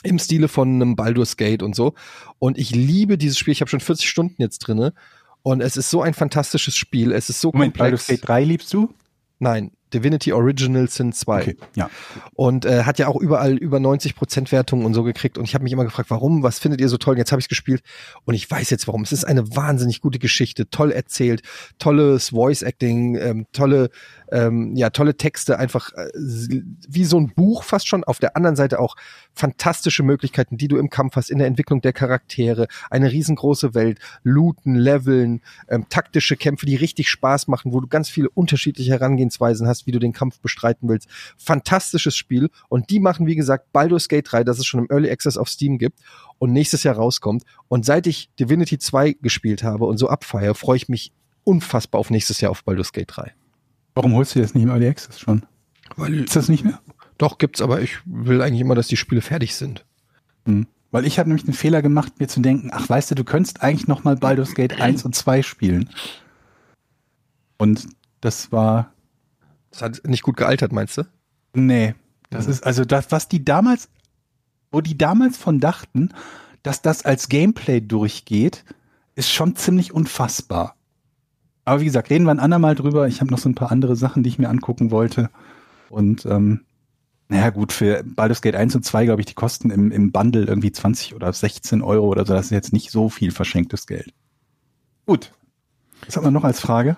im Stile von einem Baldur's Gate und so. Und ich liebe dieses Spiel. Ich habe schon 40 Stunden jetzt drinne. Und es ist so ein fantastisches Spiel. Es ist so Moment, Baldur's komplex. Gate 3 liebst du? Nein, Divinity Original Sin 2 ja. und äh, hat ja auch überall über 90 Prozent Wertungen und so gekriegt. Und ich habe mich immer gefragt, warum, was findet ihr so toll? Und jetzt habe ich gespielt und ich weiß jetzt warum. Es ist eine wahnsinnig gute Geschichte, toll erzählt, tolles Voice Acting, ähm, tolle, ähm, ja, tolle Texte, einfach äh, wie so ein Buch fast schon. Auf der anderen Seite auch fantastische Möglichkeiten, die du im Kampf hast, in der Entwicklung der Charaktere, eine riesengroße Welt, Looten, Leveln, ähm, taktische Kämpfe, die richtig Spaß machen, wo du ganz viele unterschiedliche Herangehensweisen hast, wie du den Kampf bestreiten willst. Fantastisches Spiel. Und die machen, wie gesagt, Baldur's Gate 3, das es schon im Early Access auf Steam gibt und nächstes Jahr rauskommt. Und seit ich Divinity 2 gespielt habe und so abfeiere, freue ich mich unfassbar auf nächstes Jahr auf Baldur's Gate 3. Warum holst du das nicht im Early Access schon? Weil, Ist das nicht mehr? doch, gibt's, aber ich will eigentlich immer, dass die Spiele fertig sind. Weil ich habe nämlich den Fehler gemacht, mir zu denken, ach weißt du, du könntest eigentlich noch mal Baldur's Gate 1 und 2 spielen. Und das war Das hat nicht gut gealtert, meinst du? Nee, das ist also das, was die damals, wo die damals von dachten, dass das als Gameplay durchgeht, ist schon ziemlich unfassbar. Aber wie gesagt, reden wir ein andermal drüber. Ich habe noch so ein paar andere Sachen, die ich mir angucken wollte. Und ähm, naja, gut, für Baldur's Gate 1 und 2, glaube ich, die kosten im, im Bundle irgendwie 20 oder 16 Euro oder so. Das ist jetzt nicht so viel verschenktes Geld. Gut. Was hat man noch als Frage?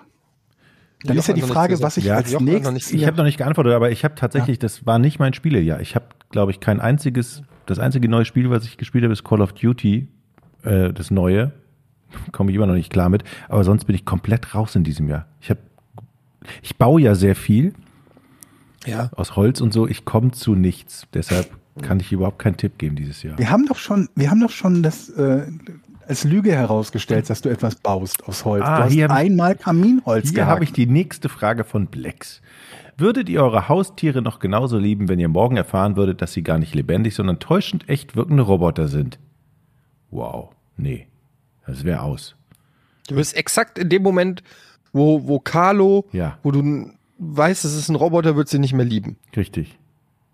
Dann Jochen ist ja die hat noch Frage, nichts was ich Ja, als Jochen hat noch nichts nächstes. Ich habe noch nicht geantwortet, aber ich habe tatsächlich, das war nicht mein Spielejahr. Ich habe, glaube ich, kein einziges, das einzige neue Spiel, was ich gespielt habe, ist Call of Duty, äh, das neue. Komme ich immer noch nicht klar mit. Aber sonst bin ich komplett raus in diesem Jahr. Ich habe, ich baue ja sehr viel Ja. aus Holz und so. Ich komme zu nichts. Deshalb kann ich überhaupt keinen Tipp geben dieses Jahr. Wir haben doch schon, wir haben doch schon das äh, als Lüge herausgestellt, dass du etwas baust aus Holz. Ah, du hast hier- einmal Kaminholz Hier gehackt. habe ich die nächste Frage von Blex. Würdet ihr eure Haustiere noch genauso lieben, wenn ihr morgen erfahren würdet, dass sie gar nicht lebendig, sondern täuschend echt wirkende Roboter sind? Wow, nee, das wäre aus. Du bist exakt in dem Moment, wo, wo Carlo, Ja. wo du n- weißt, es ist ein Roboter, wird sie nicht mehr lieben. Richtig.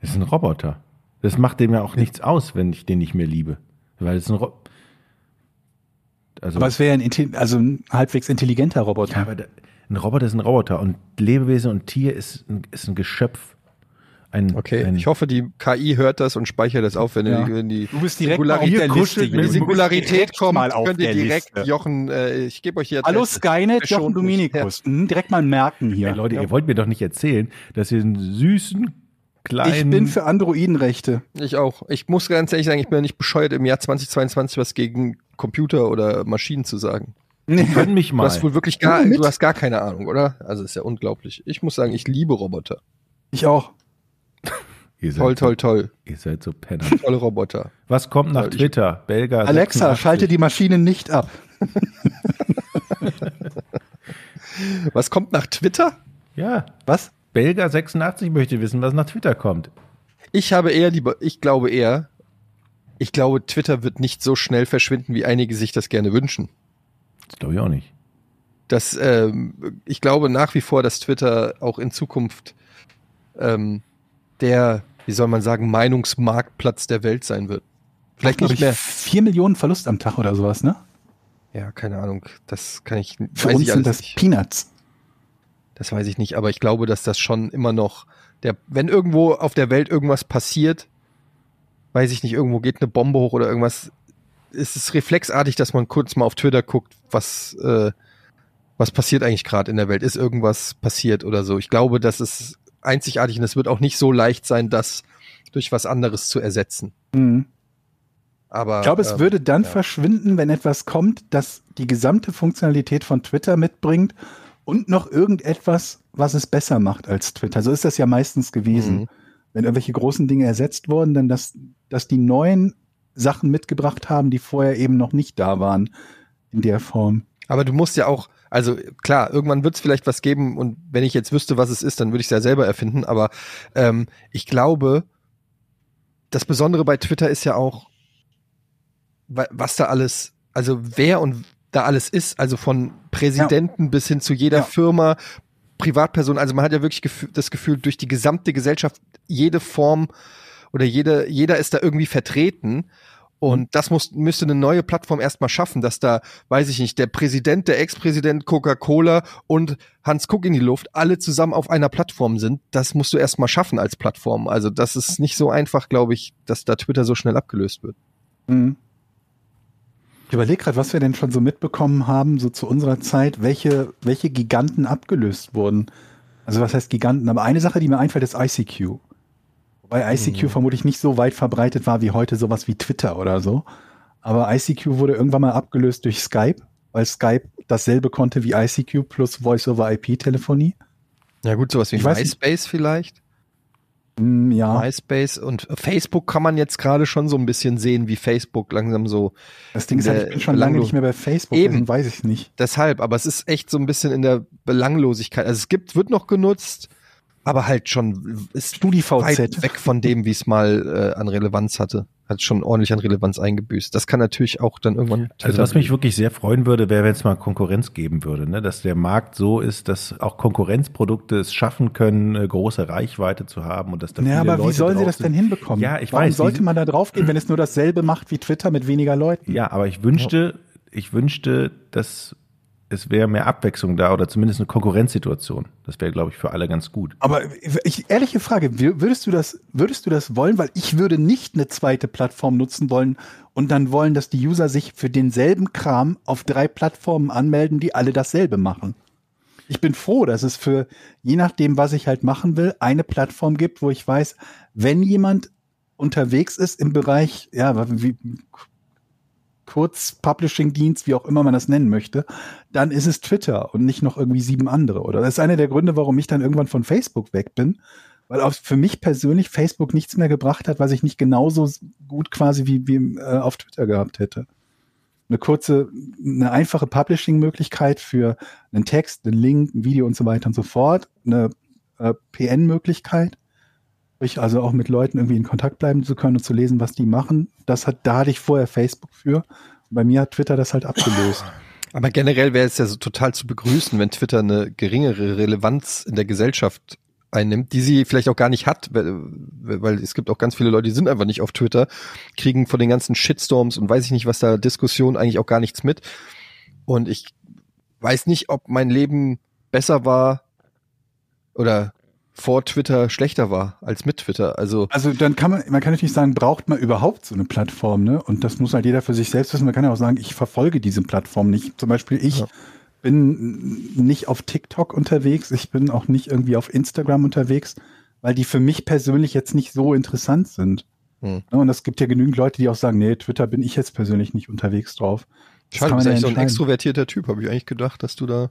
Das ist ein Roboter. Das macht dem ja auch nichts aus, wenn ich den nicht mehr liebe. Weil es ein Ro also, Aber es wäre ein, intel- also ein halbwegs intelligenter Roboter. Ja, aber da, ein Roboter ist ein Roboter und Lebewesen und Tier ist ein, ist ein Geschöpf. Ein, Okay. ein, ich hoffe, die KI hört das und speichert das auf, wenn, Ja. die, wenn die Du bist direkt mal auf Singularität- der Liste, wenn die Junge. Du bist Singularität direkt kommt, mal auf könnt ihr der direkt Liste. Jochen, äh, ich gebe euch jetzt. Hallo Skynet, verschont Jochen mich. Dominikus. Hm, direkt mal merken hier. Ey, Leute, ihr wollt mir doch nicht erzählen, dass ihr einen süßen, kleinen. ich bin für Androidenrechte. Ich auch. Ich muss ganz ehrlich sagen, ich bin ja nicht bescheuert, im Jahr 2022 was gegen Computer oder Maschinen zu sagen. Gönn mich Du mal. hast wohl wirklich gar, Ja, mit. du hast gar keine Ahnung, oder? Also ist ja unglaublich. Ich muss sagen, ich liebe Roboter. Ich auch. Ihr seid, Toll, toll, toll. Ihr seid so Penner. Tolle Roboter. Was kommt nach Ich- Twitter? Belga. Alexa, 86. schalte die Maschine nicht ab. Was kommt nach Twitter? Ja. Was? Belga 86 möchte wissen, was nach Twitter kommt. Ich habe eher lieber, ich glaube eher, ich glaube, Twitter wird nicht so schnell verschwinden, wie einige sich das gerne wünschen. Das glaube ich auch nicht. Das, ähm, ich glaube nach wie vor, dass Twitter auch in Zukunft ähm, der, wie soll man sagen, Meinungsmarktplatz der Welt sein wird. Vielleicht Glaub nicht mehr. Ich vier Millionen Verlust am Tag oder sowas, ne? Ja, keine Ahnung. Das kann ich, Für weiß uns ich sind alles das nicht. Peanuts. Das weiß ich nicht, aber ich glaube, dass das schon immer noch der, wenn irgendwo auf der Welt irgendwas passiert, weiß ich nicht, irgendwo geht eine Bombe hoch oder irgendwas, ist es reflexartig, dass man kurz mal auf Twitter guckt, was, äh, was passiert eigentlich gerade in der Welt? Ist irgendwas passiert oder so? Ich glaube, das ist einzigartig und es wird auch nicht so leicht sein, das durch was anderes zu ersetzen. Mhm. Aber Ich glaube, es ähm, würde dann ja. verschwinden, wenn etwas kommt, das die gesamte Funktionalität von Twitter mitbringt und noch irgendetwas, was es besser macht als Twitter. So ist das ja meistens gewesen. Mhm. Wenn irgendwelche großen Dinge ersetzt wurden, dann dass, dass die neuen Sachen mitgebracht haben, die vorher eben noch nicht da waren in der Form. Aber du musst ja auch, also klar, irgendwann wird es vielleicht was geben und wenn ich jetzt wüsste, was es ist, dann würde ich es ja selber erfinden. Aber ähm, ich glaube, das Besondere bei Twitter ist ja auch, wa- was da alles, also wer und da alles ist, also von Präsidenten bis hin zu jeder Ja. Firma, Privatperson. Also man hat ja wirklich gef- das Gefühl, durch die gesamte Gesellschaft, jede Form oder jede, jeder ist da irgendwie vertreten. Mhm. Und das muss, müsste eine neue Plattform erstmal schaffen, dass da, weiß ich nicht, der Präsident, der Ex-Präsident Coca-Cola und Hans Kuck in die Luft alle zusammen auf einer Plattform sind. Das musst du erstmal schaffen als Plattform. Also das ist nicht so einfach, glaube ich, dass da Twitter so schnell abgelöst wird. Mhm. Ich überlege gerade, was wir denn schon so mitbekommen haben, so zu unserer Zeit, welche, welche Giganten abgelöst wurden. Also was heißt Giganten? Aber eine Sache, die mir einfällt, ist ICQ. Wobei ICQ vermutlich nicht so weit verbreitet war wie heute sowas wie Twitter oder so. Aber ICQ wurde irgendwann mal abgelöst durch Skype, weil Skype dasselbe konnte wie ICQ plus Voice-over-IP-Telefonie. Ja gut, sowas wie Ich weiß nicht. MySpace vielleicht. Hm, ja, MySpace und Facebook kann man jetzt gerade schon so ein bisschen sehen, wie Facebook langsam so. das Ding ist halt, ich bin schon lange nicht mehr bei Facebook, Eben. deswegen weiß ich nicht. Deshalb, aber es ist echt so ein bisschen in der Belanglosigkeit. Also es gibt, wird noch genutzt, aber halt schon ist StudiVZ. weit weg von dem, wie es mal äh, an Relevanz hatte. hat schon ordentlich an Relevanz eingebüßt. Das kann natürlich auch dann irgendwann. Also was mich wirklich sehr freuen würde, wäre, wenn es mal Konkurrenz geben würde, ne? dass der Markt so ist, dass auch Konkurrenzprodukte es schaffen können, eine große Reichweite zu haben und dass da Ja, viele aber Leute wie sollen sie drauf das sind. denn hinbekommen? Ja, ich Warum weiß, sollte diese- man da draufgehen, wenn es nur dasselbe macht wie Twitter mit weniger Leuten? Ja, aber ich wünschte, ich wünschte, dass es wäre mehr Abwechslung da oder zumindest eine Konkurrenzsituation. Das wäre, glaube ich, für alle ganz gut. Aber ich, ehrliche Frage, wür- würdest du, das, würdest du das wollen? Weil ich würde nicht eine zweite Plattform nutzen wollen und dann wollen, dass die User sich für denselben Kram auf drei Plattformen anmelden, die alle dasselbe machen. Ich bin froh, dass es für, je nachdem, was ich halt machen will, eine Plattform gibt, wo ich weiß, wenn jemand unterwegs ist im Bereich, ja, wie kurz Publishing-Dienst, wie auch immer man das nennen möchte, dann ist es Twitter und nicht noch irgendwie sieben andere. Oder das ist einer der Gründe, warum ich dann irgendwann von Facebook weg bin, weil auch für mich persönlich Facebook nichts mehr gebracht hat, was ich nicht genauso s- gut quasi wie, wie äh, auf Twitter gehabt hätte. Eine kurze, eine einfache Publishing-Möglichkeit für einen Text, einen Link, ein Video und so weiter und so fort. Eine äh, PN-Möglichkeit, sprich also auch mit Leuten irgendwie in Kontakt bleiben zu können und zu lesen, was die machen. Das hat, da hatte ich vorher Facebook für. Und bei mir hat Twitter das halt abgelöst. Aber generell wäre es ja so total zu begrüßen, wenn Twitter eine geringere Relevanz in der Gesellschaft einnimmt, die sie vielleicht auch gar nicht hat, weil weil es gibt auch ganz viele Leute, die sind einfach nicht auf Twitter, kriegen von den ganzen Shitstorms und weiß ich nicht, was da Diskussionen eigentlich auch gar nichts mit. Und ich weiß nicht, ob mein Leben besser war oder vor Twitter schlechter war als mit Twitter. Also Also dann kann man, man kann natürlich sagen, braucht man überhaupt so eine Plattform, ne? Und das muss halt jeder für sich selbst wissen. Man kann ja auch sagen, ich verfolge diese Plattform nicht. Zum Beispiel ich Ja. bin nicht auf TikTok unterwegs, ich bin auch nicht irgendwie auf Instagram unterwegs, weil die für mich persönlich jetzt nicht so interessant sind. Hm. Ne? Und es gibt ja genügend Leute, die auch sagen, nee, Twitter bin ich jetzt persönlich nicht unterwegs drauf. schade, du Das kann man bist ja eigentlich so ein entscheiden. extrovertierter Typ, habe ich eigentlich gedacht, dass du da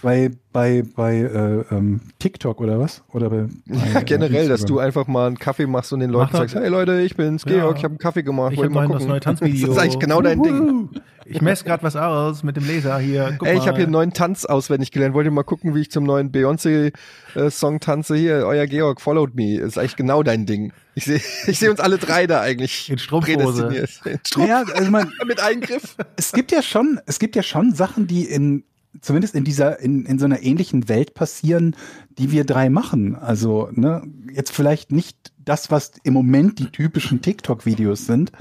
Bei, bei, bei äh, ähm, TikTok oder was? Oder bei, bei Ja, generell, dass Instagram. du einfach mal einen Kaffee machst und den Leuten Mach sagst, doch- hey Leute, ich bin's, Ja. Georg, ich habe einen Kaffee gemacht, Ich wollt hab mal mein- das gucken. neue Tanzvideo. Das ist eigentlich genau dein Ding. Ich messe gerade was aus mit dem Laser hier. Guck Ey, ich mal. habe hier einen neuen Tanz auswendig gelernt. Wollt ihr mal gucken, wie ich zum neuen Beyoncé-Song tanze? Hier, euer Georg, followed me. Ist eigentlich genau dein Ding. Ich sehe ich seh uns alle drei da eigentlich. In Strumpfhose. prädestiniert. In Strumpf Ja, also man, mit Eingriff. es gibt ja schon, es gibt ja schon Sachen, die in zumindest in dieser in, in so einer ähnlichen Welt passieren, die wir drei machen. Also ne, jetzt vielleicht nicht das, was im Moment die typischen TikTok-Videos sind,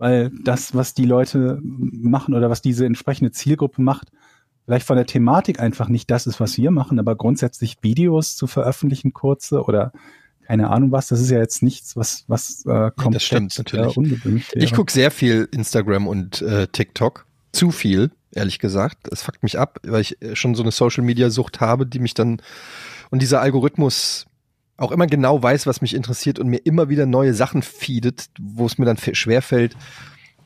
weil das, was die Leute machen oder was diese entsprechende Zielgruppe macht, vielleicht von der Thematik einfach nicht das ist, was wir machen, aber grundsätzlich Videos zu veröffentlichen, kurze oder keine Ahnung was, das ist ja jetzt nichts, was was äh, komplett stimmt natürlich. Äh, ungewöhnlich wäre. Ich guck sehr viel Instagram und äh, TikTok. Zu viel, ehrlich gesagt. Es fuckt mich ab, weil ich äh, schon so eine Social-Media-Sucht habe, die mich dann und dieser Algorithmus auch immer genau weiß, was mich interessiert und mir immer wieder neue Sachen feedet, wo es mir dann fe- schwerfällt,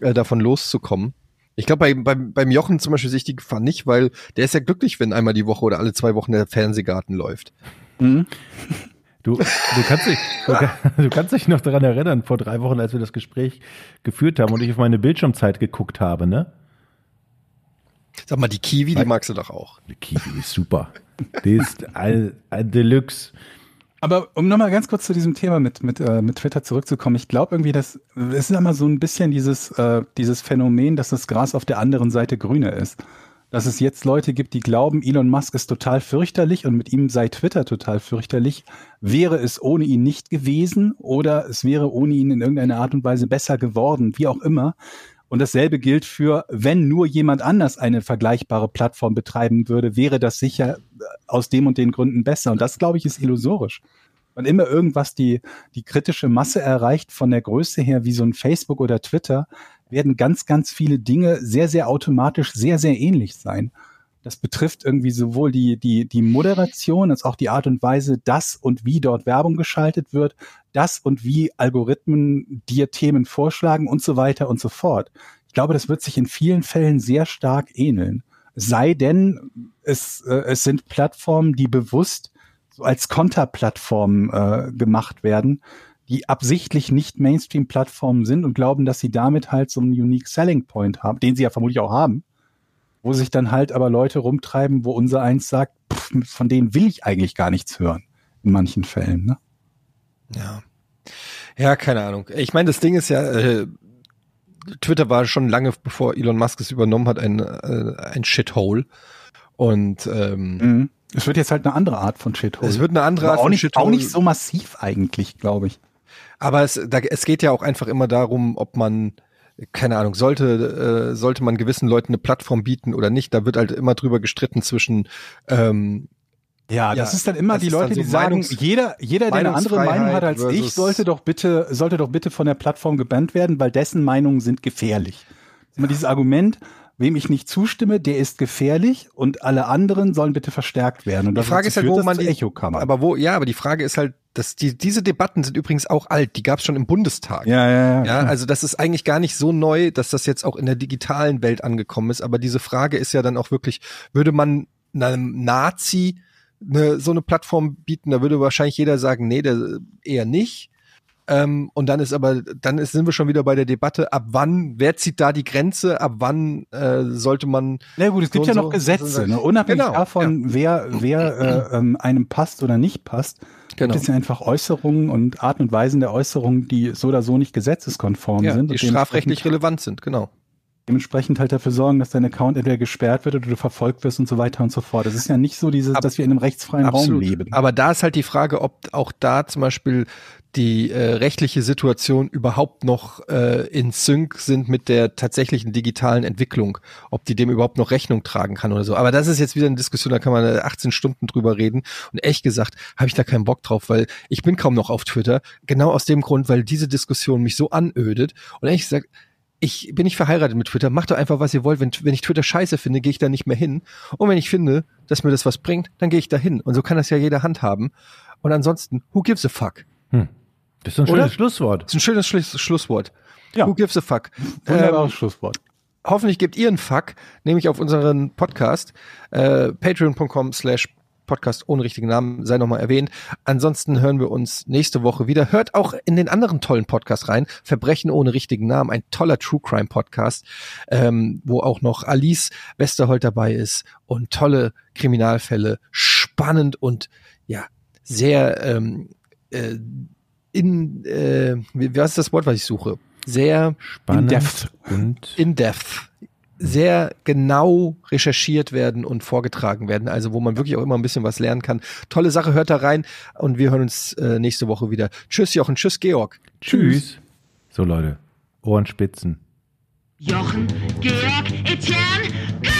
äh, davon loszukommen. Ich glaube, bei, beim, beim Jochen zum Beispiel sehe ich die Gefahr nicht, weil der ist ja glücklich, wenn einmal die Woche oder alle zwei Wochen der Fernsehgarten läuft. Mhm. Du, du, kannst dich, du, kann- du kannst dich noch daran erinnern, vor drei Wochen, als wir das Gespräch geführt haben und ich auf meine Bildschirmzeit geguckt habe, ne? Sag mal, die Kiwi, die Nein. magst du doch auch. Die Kiwi ist super. Die ist ein, ein Deluxe. Aber um nochmal ganz kurz zu diesem Thema mit, mit, äh, mit Twitter zurückzukommen, ich glaube irgendwie, dass es ist immer so ein bisschen dieses, äh, dieses Phänomen, dass das Gras auf der anderen Seite grüner ist. Dass es jetzt Leute gibt, die glauben, Elon Musk ist total fürchterlich und mit ihm sei Twitter total fürchterlich. Wäre es ohne ihn nicht gewesen oder es wäre ohne ihn in irgendeiner Art und Weise besser geworden, wie auch immer. Und dasselbe gilt für, wenn nur jemand anders eine vergleichbare Plattform betreiben würde, wäre das sicher äh, aus dem und den Gründen besser. Und das, glaube ich, ist illusorisch. Wann immer irgendwas die, die kritische Masse erreicht, von der Größe her wie so ein Facebook oder Twitter, werden ganz, ganz viele Dinge sehr, sehr automatisch sehr, sehr ähnlich sein. Das betrifft irgendwie sowohl die, die, die Moderation als auch die Art und Weise, dass und wie dort Werbung geschaltet wird, dass und wie Algorithmen dir Themen vorschlagen und so weiter und so fort. Ich glaube, das wird sich in vielen Fällen sehr stark ähneln. Sei denn, es, äh, es sind Plattformen, die bewusst so als Konterplattformen äh, gemacht werden, die absichtlich nicht Mainstream-Plattformen sind und glauben, dass sie damit halt so einen Unique Selling Point haben, den sie ja vermutlich auch haben, wo sich dann halt aber Leute rumtreiben, wo unser eins sagt, pff, von denen will ich eigentlich gar nichts hören, in manchen Fällen. Ne? Ja. Ja, keine Ahnung. Ich meine, das Ding ist ja, äh, Twitter war schon lange, bevor Elon Musk es übernommen hat, ein, äh, ein Shithole. Und ähm, Mhm. Es wird jetzt halt eine andere Art von Shithole. es wird eine andere aber auch von nicht, Shithole. auch nicht so massiv eigentlich, glaube ich. Aber es, da, es geht ja auch einfach immer darum, ob man, keine Ahnung, sollte, äh, sollte man gewissen Leuten eine Plattform bieten oder nicht. Da wird halt immer drüber gestritten zwischen ähm, Ja, Ja, das ist dann immer das die ist dann Leute, so die sagen, Meinungs- jeder, jeder, der eine andere Meinungsfreiheit Meinung hat als ich, versus- sollte doch bitte, sollte doch bitte von der Plattform gebannt werden, weil dessen Meinungen sind gefährlich. Immer dieses Argument, wem ich nicht zustimme, der ist gefährlich und alle anderen sollen bitte verstärkt werden. Und Die Frage ist halt, wo man die Echokammer. Aber wo, ja, aber die Frage ist halt, dass die, diese Debatten sind übrigens auch alt, die gab es schon im Bundestag. ja, ja, ja. Ja, also das ist eigentlich gar nicht so neu, dass das jetzt auch in der digitalen Welt angekommen ist. Aber diese Frage ist ja dann auch wirklich, würde man einem Nazi eine, so eine Plattform bieten, da würde wahrscheinlich jeder sagen, nee, der, eher nicht. Ähm, und dann ist aber, dann ist, sind wir schon wieder bei der Debatte, ab wann, wer zieht da die Grenze, ab wann äh, sollte man Na gut, es gibt So ja und noch so. Gesetze, ne? Genau, unabhängig ja. davon, wer, wer äh, ähm, einem passt oder nicht passt. Genau. Gibt es ja einfach Äußerungen und Arten und Weisen der Äußerungen, die so oder so nicht gesetzeskonform ja, sind. die und strafrechtlich relevant sind, genau. dementsprechend halt dafür sorgen, dass dein Account entweder gesperrt wird oder du verfolgt wirst und so weiter und so fort. Es ist ja nicht so dieses, Ab- dass wir in einem rechtsfreien Raum leben. Aber da ist halt die Frage, ob auch da zum Beispiel die äh, rechtliche Situation überhaupt noch äh, in Sync sind mit der tatsächlichen digitalen Entwicklung, ob die dem überhaupt noch Rechnung tragen kann oder so. Aber das ist jetzt wieder eine Diskussion, da kann man äh, 18 Stunden drüber reden. Und echt gesagt, habe ich da keinen Bock drauf, weil ich bin kaum noch auf Twitter. Genau aus dem Grund, weil diese Diskussion mich so anödet. Und ehrlich gesagt, ich bin nicht verheiratet mit Twitter, macht doch einfach, was ihr wollt. Wenn, wenn ich Twitter scheiße finde, gehe ich da nicht mehr hin. Und wenn ich finde, dass mir das was bringt, dann gehe ich da hin. Und so kann das ja jeder handhaben. Und ansonsten, who gives a fuck? Das ist ein Oder? schönes Schlusswort. Das ist ein schönes Schluss, Schlusswort. Ja. Who gives a fuck? Wunderbares Ähm, Schlusswort. hoffentlich gebt ihr einen Fuck, nämlich auf unseren Podcast, äh, patreon.com slash Podcast ohne richtigen Namen, sei nochmal erwähnt. Ansonsten hören wir uns nächste Woche wieder. Hört auch in den anderen tollen Podcast rein. Verbrechen ohne richtigen Namen, ein toller True Crime Podcast, ähm, wo auch noch Alice Westerholt dabei ist und tolle Kriminalfälle. Spannend und ja, sehr ähm, äh, in, äh, wie- was ist das Wort, was ich suche? Sehr Spannend depth. und in-depth sehr genau recherchiert werden und vorgetragen werden, also wo man wirklich auch immer ein bisschen was lernen kann. Tolle Sache, hört da rein und wir hören uns äh, nächste Woche wieder. Tschüss Jochen, tschüss Georg. tschüss. So Leute, Ohrenspitzen. Jochen, Georg, Etienne, go!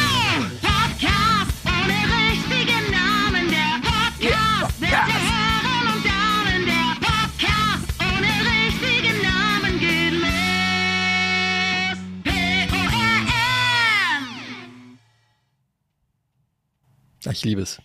Podcast ohne richtigen Namen, der Podcast der Herren und Damen, der Podcast ohne richtigen Namen geht los. P-O-R-N! Ich liebe es.